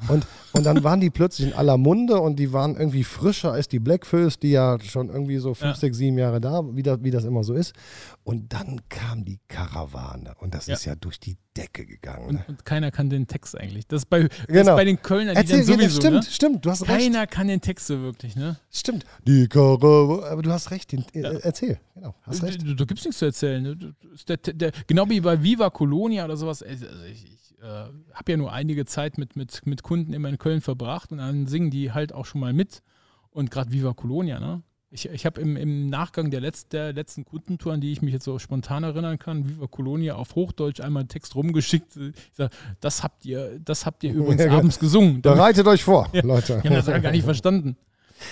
Speaker 1: Und, und dann waren die plötzlich in aller Munde und die waren irgendwie frischer als die Blackfills, die ja schon irgendwie so fünf,
Speaker 2: Ja.
Speaker 1: sechs, sieben Jahre da, wie das, wie das immer so ist. Und dann kam die Karawane und das
Speaker 2: Ja.
Speaker 1: ist ja durch die Decke gegangen. Ne?
Speaker 2: Und, und keiner kann den Text eigentlich. Das ist bei, das
Speaker 1: Genau.
Speaker 2: ist bei den Kölnern, die
Speaker 1: Erzähl,
Speaker 2: dann sowieso,
Speaker 1: ja, stimmt,
Speaker 2: ne?
Speaker 1: stimmt, du hast recht.
Speaker 2: Keiner kann den Text so wirklich, ne?
Speaker 1: Stimmt. Die Karawane, aber du hast recht, den, äh, erzähl. Genau, hast recht.
Speaker 2: Du, du gibst nichts zu erzählen. ne? Du- du- ist Der, der, genau wie bei Viva Colonia oder sowas. Also ich ich äh, habe ja nur einige Zeit mit, mit, mit Kunden immer in Köln verbracht und dann singen die halt auch schon mal mit. Und gerade Viva Colonia, ne? Ich, ich habe im, im Nachgang der, letzt, der letzten Kundentour, an die ich mich jetzt so spontan erinnern kann, Viva Colonia auf Hochdeutsch einmal einen Text rumgeschickt. Ich sag, das habt ihr, das
Speaker 1: *laughs*
Speaker 2: habt ihr übrigens
Speaker 1: Ja, ja.
Speaker 2: abends gesungen. Damit-
Speaker 1: Bereitet euch vor, Leute.
Speaker 2: Die haben das gar nicht verstanden.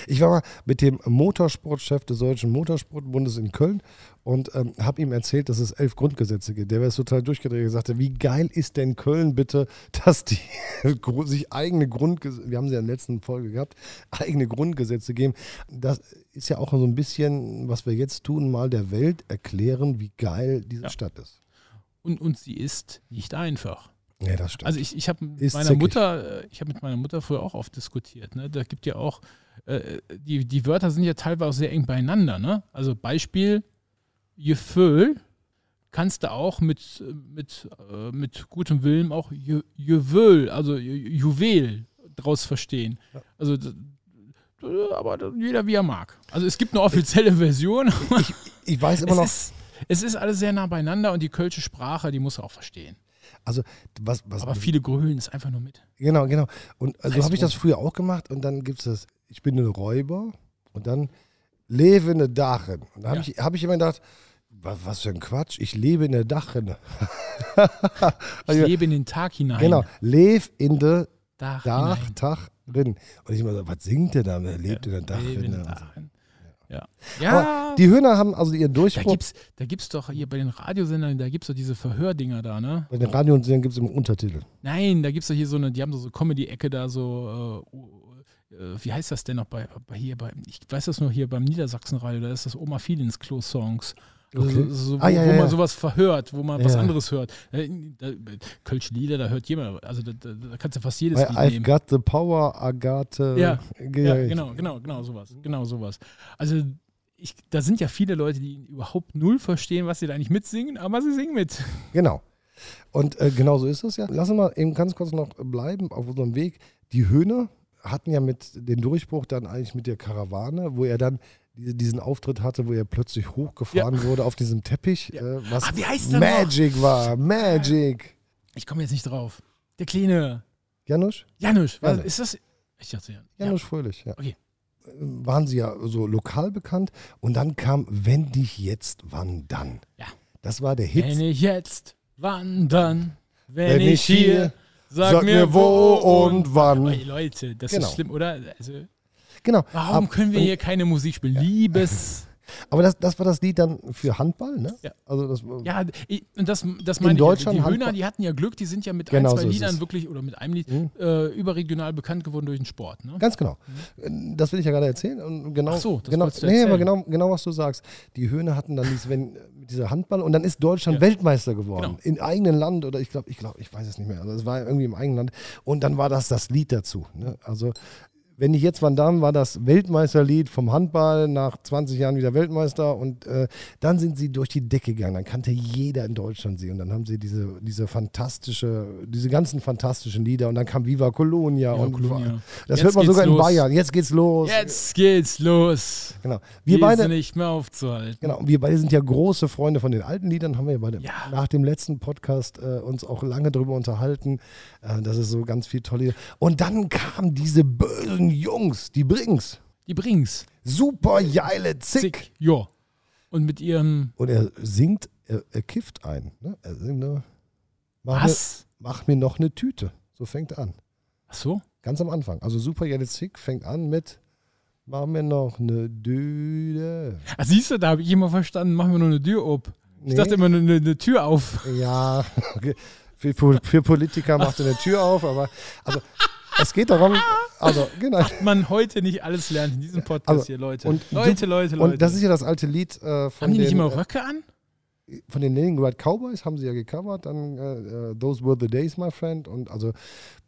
Speaker 1: Ich war mal mit dem Motorsportchef des Deutschen Motorsportbundes in Köln und ähm, habe ihm erzählt, dass es elf Grundgesetze gibt. Der wäre total durchgedreht und sagte, wie geil ist denn Köln bitte, *laughs* dass die gru- sich eigene Grundgesetze, wir haben sie ja in der letzten Folge gehabt, eigene Grundgesetze geben. Das ist ja auch so ein bisschen, was wir jetzt tun, mal der Welt erklären, wie geil diese
Speaker 2: Ja.
Speaker 1: Stadt ist.
Speaker 2: Und, und sie ist nicht einfach.
Speaker 1: Ja, das stimmt.
Speaker 2: Also ich, ich habe mit
Speaker 1: Ist
Speaker 2: meiner
Speaker 1: zickig.
Speaker 2: Mutter, äh, ich habe mit meiner Mutter früher auch oft diskutiert. Ne? Da gibt ja auch, äh, die, die Wörter sind ja teilweise auch sehr eng beieinander. Ne? Also Beispiel, Gefühl kannst du auch mit, mit, äh, mit gutem Willen auch Ju- Juwel, also Ju- Juwel draus verstehen. Also d- d- aber d- jeder wie er mag. Also es gibt eine offizielle
Speaker 1: *laughs*
Speaker 2: Version.
Speaker 1: ich weiß immer
Speaker 2: Es
Speaker 1: noch,
Speaker 2: ist, es ist alles sehr nah beieinander und die kölsche Sprache, die muss er auch verstehen.
Speaker 1: also was, was
Speaker 2: Aber viele grölen es einfach nur mit.
Speaker 1: Genau, genau. Und also
Speaker 2: heißt
Speaker 1: habe ich das früher auch gemacht und dann gibt es das, ich bin ein Räuber und dann lebe in der Dachrinne. Und da habe
Speaker 2: Ja.
Speaker 1: ich, hab ich immer gedacht, was, was für ein Quatsch, ich lebe in der Dachrinne.
Speaker 2: Ich lebe in den Tag hinein.
Speaker 1: Also, Genau, lebe in der
Speaker 2: Dach hinein.
Speaker 1: Dachtachrinne. Und ich immer so, was singt der da? Er lebt in der
Speaker 2: Lebe in
Speaker 1: Dachrinne.
Speaker 2: den Tag hinein. Ja.
Speaker 1: genau. Aber
Speaker 2: ja.
Speaker 1: die Höhner haben also ihren
Speaker 2: Da
Speaker 1: Durchbruch.
Speaker 2: gibt's, da gibt's doch hier bei den Radiosendern, da gibt's doch diese Verhördinger da, ne?
Speaker 1: Bei den Radio und gibt es immer Untertitel.
Speaker 2: Nein, da gibt's doch hier so eine, die haben so so Comedy-Ecke da, so, äh, äh, wie heißt das denn noch bei, bei hier, bei, ich weiß das nur hier beim Niedersachsenradio, da ist das Oma Filins Klo-Songs. Also
Speaker 1: Okay.
Speaker 2: so, so, wo,
Speaker 1: Ah, ja,
Speaker 2: wo
Speaker 1: ja,
Speaker 2: man
Speaker 1: ja.
Speaker 2: sowas verhört, wo man was
Speaker 1: Ja.
Speaker 2: anderes hört. Äh, Da, Kölsch Lieder, da hört jemand, also da, da, da kannst du fast jedes
Speaker 1: Bei
Speaker 2: Lied
Speaker 1: I've
Speaker 2: nehmen.
Speaker 1: got the power, Agathe.
Speaker 2: Ja,
Speaker 1: ja,
Speaker 2: Ja, genau, genau, genau sowas. Genau sowas. Also ich, da sind ja viele Leute, die überhaupt null verstehen, was sie da eigentlich mitsingen, aber sie singen mit.
Speaker 1: Genau. Und äh, genau so ist es ja. Lassen wir mal eben ganz kurz noch bleiben auf unserem Weg. Die Höhner hatten ja mit dem Durchbruch dann eigentlich mit der Karawane, wo er dann diese- diesen Auftritt hatte, wo er plötzlich hochgefahren wurde auf diesem Teppich,
Speaker 2: Ja.
Speaker 1: äh, was
Speaker 2: Ah, wie heißt der noch?
Speaker 1: Magic war. Magic.
Speaker 2: Ich komme jetzt nicht drauf. Der kleine
Speaker 1: Janusz?
Speaker 2: Janusz, was
Speaker 1: Janusz.
Speaker 2: ist das? Ich dachte, ja.
Speaker 1: Janusz Fröhlich, ja.
Speaker 2: Okay.
Speaker 1: Äh, Waren sie ja so lokal bekannt. Und dann kam Wenn dich jetzt, wann dann?
Speaker 2: Ja.
Speaker 1: Das war der Hit.
Speaker 2: Wenn ich jetzt wandern, wenn,
Speaker 1: Wenn
Speaker 2: ich
Speaker 1: ich
Speaker 2: hier,
Speaker 1: hier,
Speaker 2: sag, mir wo und Ey, Leute, das
Speaker 1: Genau.
Speaker 2: ist schlimm, oder? Also,
Speaker 1: Genau.
Speaker 2: warum
Speaker 1: Ab- *laughs*
Speaker 2: können wir hier keine Musik spielen? Liebes.
Speaker 1: Aber das, das war das Lied dann für Handball, ne?
Speaker 2: Ja.
Speaker 1: Also das,
Speaker 2: Ja, ich- und das, das meine
Speaker 1: Deutschland
Speaker 2: ich. ja. Die
Speaker 1: Handball-
Speaker 2: Höhner, die hatten ja Glück, die sind ja mit
Speaker 1: Genau
Speaker 2: ein, zwei
Speaker 1: so ist es.
Speaker 2: Liedern wirklich oder mit einem Lied äh, überregional bekannt geworden durch den Sport. Ne?
Speaker 1: Ganz genau. Das will ich ja gerade erzählen. Und genau,
Speaker 2: Mhm. Ach so, das
Speaker 1: genau,
Speaker 2: wolltest du
Speaker 1: nee, aber
Speaker 2: erzählen.
Speaker 1: genau, genau, was du sagst. Die Höhne hatten dann diese, wenn, diese Handball und dann ist Deutschland Weltmeister geworden.
Speaker 2: Genau.
Speaker 1: In eigenen Land oder ich glaube, ich glaube, ich weiß es nicht mehr. Also es war irgendwie im eigenen Land. Und dann war das das Lied dazu. Ne? Also wenn ich jetzt Van Damme war das Weltmeisterlied vom Handball, nach 20 Jahren wieder Weltmeister und äh, dann sind sie durch die Decke gegangen, dann kannte jeder in Deutschland sie und dann haben sie diese, diese fantastische, diese ganzen fantastischen Lieder und dann kam Viva Colonia
Speaker 2: Viva
Speaker 1: und
Speaker 2: Colonia.
Speaker 1: das
Speaker 2: Jetzt
Speaker 1: hört man
Speaker 2: geht's
Speaker 1: sogar in
Speaker 2: los.
Speaker 1: Bayern, jetzt geht's los.
Speaker 2: Jetzt geht's los.
Speaker 1: Genau. Wir
Speaker 2: die sind
Speaker 1: beide,
Speaker 2: nicht mehr aufzuhalten.
Speaker 1: genau, wir beide sind ja große Freunde von den alten Liedern, haben wir ja, beide
Speaker 2: Ja.
Speaker 1: nach dem letzten Podcast äh, uns auch lange drüber unterhalten. Äh, das ist so ganz viel tolle. Und dann kamen diese bösen Jungs, die Brings.
Speaker 2: Die bringen's.
Speaker 1: Super geile Zick.
Speaker 2: Zick. Jo. Und mit ihrem
Speaker 1: Und er singt, er, er kifft ein. Ne? Er singt, ne? mach, mir,
Speaker 2: Hass.
Speaker 1: mach mir noch eine Tüte. So fängt er an.
Speaker 2: Ach so?
Speaker 1: Ganz am Anfang. Also Super geile Zick fängt an mit Mach mir noch eine Düde.
Speaker 2: Ah, siehst du, da habe ich immer verstanden, machen wir nur eine Tür ob. Ich
Speaker 1: Nee.
Speaker 2: dachte immer nur eine, eine Tür auf. *laughs*
Speaker 1: Ja, *laughs* okay. für, Po- für Politiker macht er eine Tür auf, aber also, es geht darum, also genau.
Speaker 2: Man heute nicht alles lernt in diesem Podcast
Speaker 1: Also,
Speaker 2: hier, Leute.
Speaker 1: und-
Speaker 2: Leute, Leute, Leute.
Speaker 1: Und das ist ja das alte Lied äh, von,
Speaker 2: Haben die nicht
Speaker 1: den,
Speaker 2: immer
Speaker 1: äh,
Speaker 2: Röcke an?
Speaker 1: von den Leningrad Cowboys, haben sie ja gecovert, dann äh, äh, Those Were the Days, my friend, und also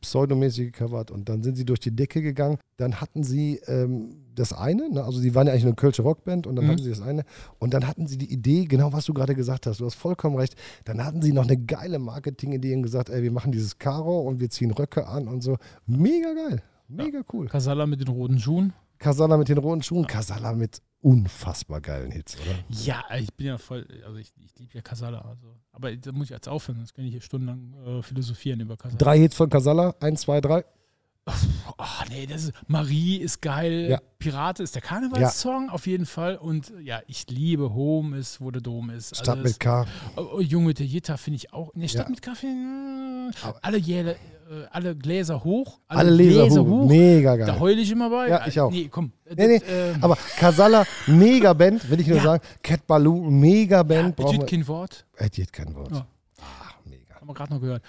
Speaker 1: pseudomäßig gecovert und dann sind sie durch die Decke gegangen. Dann hatten sie ähm, das eine, ne? also sie waren ja eigentlich eine Kölsche Rockband und dann
Speaker 2: Mhm.
Speaker 1: hatten sie das eine und dann hatten sie die Idee, genau was du gerade gesagt hast, du hast vollkommen recht, dann hatten sie noch eine geile Marketing-Idee und gesagt, ey, wir machen dieses Karo und wir ziehen Röcke an und so. Mega geil, mega cool.
Speaker 2: Kasala mit den roten Schuhen.
Speaker 1: Kasala mit den roten Schuhen, Kasala mit unfassbar geilen Hits, oder?
Speaker 2: Ja, ich bin ja voll, also ich, ich liebe ja Casala. Also. Aber da muss ich jetzt aufhören, sonst kann ich hier stundenlang äh, philosophieren über Casala.
Speaker 1: Drei Hits von Kasala, eins, zwei, drei.
Speaker 2: Ach Ah, nee, das ist, Marie ist geil,
Speaker 1: Ja.
Speaker 2: Pirate ist der Karnevalssong auf jeden Fall. Und ja, ich liebe Home ist, wo der Dom ist.
Speaker 1: Stadt
Speaker 2: Also
Speaker 1: mit K.
Speaker 2: das- oh, oh, Junge, der Jetta finde ich auch. Nee, Stadt
Speaker 1: Ja.
Speaker 2: mit Kaffee. mm,
Speaker 1: Aber-
Speaker 2: Alle, Jäle, äh, alle Gläser hoch.
Speaker 1: Alle Leser hoch. Mega
Speaker 2: Also Da
Speaker 1: geil.
Speaker 2: heule ich immer bei.
Speaker 1: Ja, ich auch.
Speaker 2: Nee, komm. äh,
Speaker 1: Nee, nee. Aber Kasala, mega Band, will ich nur
Speaker 2: Ja.
Speaker 1: sagen. Cat Baloo, mega Band.
Speaker 2: das
Speaker 1: brauchen
Speaker 2: tut
Speaker 1: wir.
Speaker 2: kein Wort.
Speaker 1: Es geht kein Wort.
Speaker 2: Ja.
Speaker 1: Ach, mega.
Speaker 2: Haben wir gerade noch gehört.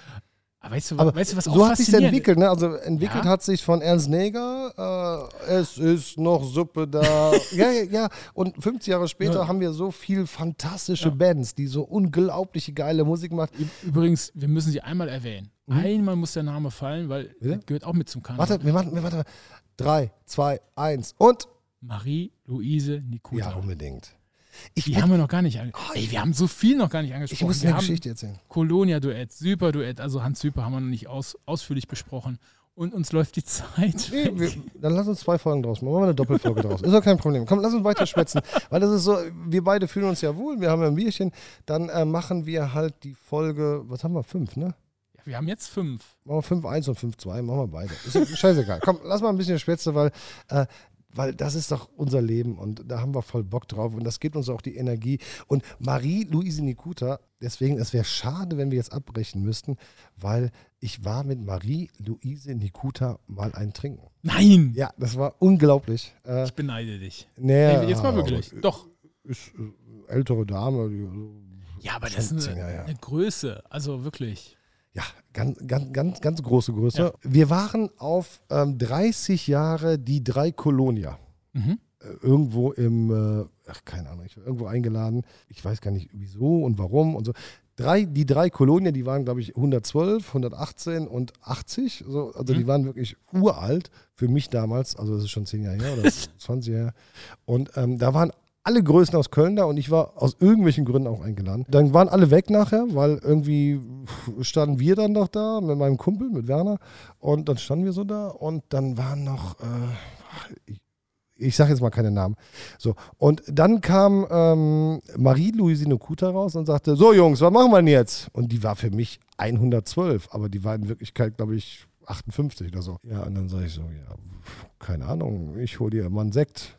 Speaker 2: Aber weißt du,
Speaker 1: Aber
Speaker 2: weißt du was
Speaker 1: so
Speaker 2: auch
Speaker 1: hat sich
Speaker 2: faszinierend
Speaker 1: entwickelt, ne? Also entwickelt
Speaker 2: Ja.
Speaker 1: hat sich von Ernst Neger, äh, es ist noch Suppe
Speaker 2: *laughs*
Speaker 1: da. ja, ja, ja. Und 50 Jahre später
Speaker 2: Ja.
Speaker 1: haben wir so viel fantastische Bands, die so unglaubliche geile Musik macht.
Speaker 2: Übrigens, wir müssen sie einmal erwähnen. Einmal muss der Name fallen, weil das gehört auch mit zum Kanal.
Speaker 1: Mhm. Warte, wir machen, wir machen. Drei, zwei, eins und.
Speaker 2: Marie-Luise Nikuta.
Speaker 1: Ja, unbedingt. Ich,
Speaker 2: die
Speaker 1: ich
Speaker 2: haben wir noch gar nicht angesprochen. Ey, wir haben so viel noch gar nicht angesprochen.
Speaker 1: muss
Speaker 2: wir
Speaker 1: eine
Speaker 2: haben
Speaker 1: Geschichte erzählen.
Speaker 2: Colonia-Duett, Super-Duett, also Hans Super haben wir noch nicht aus, ausführlich besprochen. Und uns läuft die Zeit.
Speaker 1: Nee, wir, dann lass uns zwei Folgen draus machen. Machen wir eine Doppelfolge draus. Ist doch kein Problem. Komm, lass uns weiter schwätzen. Weil das ist so, wir beide fühlen uns ja wohl, wir haben ja ein Bierchen. Dann äh, machen wir halt die Folge, was haben wir? Fünf, ne?
Speaker 2: Ja, wir haben jetzt fünf.
Speaker 1: Machen wir fünf eins und fünf zwei, machen wir beide. Ist doch scheißegal. Komm, lass mal ein bisschen schwätzen, weil, äh, weil das ist doch unser Leben und da haben wir voll Bock drauf und das gibt uns auch die Energie. Und Marie-Louise Nikuta, deswegen, es wäre schade, wenn wir jetzt abbrechen müssten, weil ich war mit Marie-Louise Nikuta mal ein Trinken.
Speaker 2: Nein!
Speaker 1: Ja, das war unglaublich. Äh,
Speaker 2: Ich beneide dich.
Speaker 1: naja,
Speaker 2: Ey, jetzt mal wirklich. Doch.
Speaker 1: Ist äh, ältere Dame. Die, also,
Speaker 2: Ja, aber das ist eine,
Speaker 1: 15er, ja.
Speaker 2: eine Größe. Also wirklich.
Speaker 1: ja, ganz, ganz, ganz, ganz große Größe.
Speaker 2: Ja.
Speaker 1: Wir waren auf ähm, 30 Jahre die drei Kolonia.
Speaker 2: Mhm.
Speaker 1: Äh, Irgendwo im, äh, ach, keine Ahnung, ich war irgendwo eingeladen. Ich weiß gar nicht wieso und warum und so. Drei, die drei Kolonien, die waren, glaube ich, 112, 118 und 80. So, also
Speaker 2: Mhm.
Speaker 1: die waren wirklich uralt für mich damals. Also das ist schon 10 Jahre her
Speaker 2: *laughs*
Speaker 1: oder 20 Jahre her. Und ähm, da waren alle Größen aus Köln da und ich war aus irgendwelchen Gründen auch eingeladen. Dann waren alle weg nachher, weil irgendwie pff, standen wir dann noch da mit meinem Kumpel, mit Werner. Und dann standen wir so da und dann waren noch, äh, ich, ich sage jetzt mal keine Namen. So, und dann kam ähm, Marie-Louise Nokuta raus und sagte, so Jungs, was machen wir denn jetzt? Und die war für mich 112, aber die war in Wirklichkeit, glaube ich, 58 oder so. Ja, und dann sage ich so, ja, pf, keine Ahnung, ich hol dir mal einen Sekt.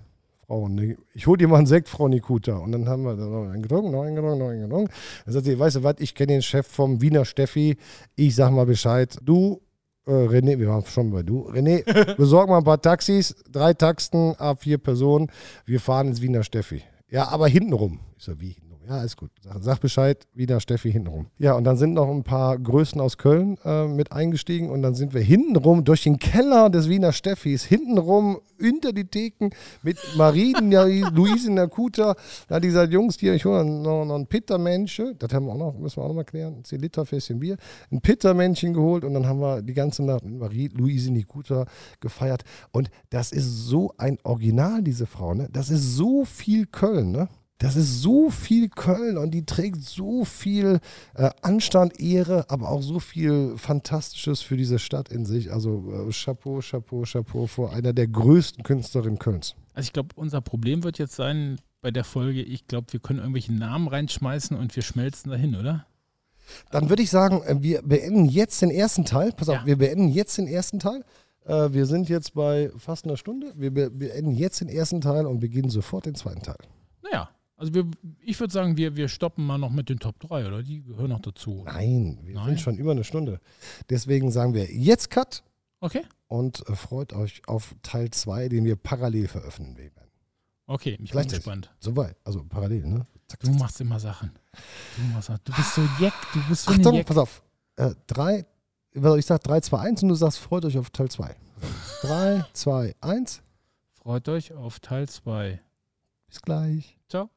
Speaker 1: Frau, Ni- ich hol dir mal einen Sekt, Frau Nikuta. Und dann haben wir dann noch einen getrunken, noch einen getrunken, noch einen getrunken. Dann sagt sie, weißt du was, ich kenne den Chef vom Wiener Steffi, ich sag mal Bescheid. Du, äh, René, wir waren schon bei du. René, ah, besorg mal ein paar Taxis, drei Taxen, A4 Personen. Wir fahren ins Wiener Steffi. Ja, aber hintenrum. Ich so, wie hintenrum? Ja, ist gut. Sag, sag Bescheid, wieder Steffi hintenrum. Ja, und dann sind noch ein paar Größen aus Köln äh, mit eingestiegen und dann sind wir hintenrum durch den Keller des Wiener Steffis, hintenrum hinter die Theken mit Marien, ja, Luise Nakuta. Da hat die gesagt, Jungs, hier, ich hole noch, noch ein Pittermännchen. Das haben wir auch noch, müssen wir auch noch mal klären. 10 Liter Fässchen Bier. Ein Pittermännchen geholt und dann haben wir die ganze Nacht mit Marie, Luise Nakuta gefeiert. Und das ist so ein Original, diese Frau. Ne? Das ist so viel Köln, ne? Das ist so viel Köln und die trägt so viel äh, Anstand, Ehre, aber auch so viel Fantastisches für diese Stadt in sich. Also äh, Chapeau, Chapeau, Chapeau vor einer der größten Künstlerinnen Kölns.
Speaker 2: Also ich glaube, unser Problem wird jetzt sein bei der Folge, ich glaube, wir können irgendwelche Namen reinschmeißen und wir schmelzen dahin, oder?
Speaker 1: Dann würde ich sagen, äh, wir beenden jetzt den ersten Teil. Pass auf,
Speaker 2: Ja.
Speaker 1: wir beenden jetzt den ersten Teil. Äh, wir sind jetzt bei fast einer Stunde. Wir be- beenden jetzt den ersten Teil und beginnen sofort den zweiten Teil.
Speaker 2: Naja, also wir, ich würde sagen, wir, wir stoppen mal noch mit den Top 3, oder? Die gehören noch dazu.
Speaker 1: Nein, wir
Speaker 2: Nein.
Speaker 1: sind schon über eine Stunde. Deswegen sagen wir jetzt Cut
Speaker 2: Okay?
Speaker 1: und äh, freut euch auf Teil 2, den wir parallel veröffentlichen werden.
Speaker 2: Okay, ich bin
Speaker 1: Gleichzeitig.
Speaker 2: gespannt.
Speaker 1: Soweit, also parallel, ne? Zack,
Speaker 2: Du
Speaker 1: zack, zack.
Speaker 2: machst immer Sachen. Du, machst, du bist so jeck, du bist so eine
Speaker 1: Achtung,
Speaker 2: Jeck.
Speaker 1: pass auf. Äh, drei, also ich sag 3, 2, 1 und du sagst, freut euch auf Teil 2. 3, 2, 1,
Speaker 2: Freut euch auf Teil 2.
Speaker 1: bis gleich.
Speaker 2: Ciao.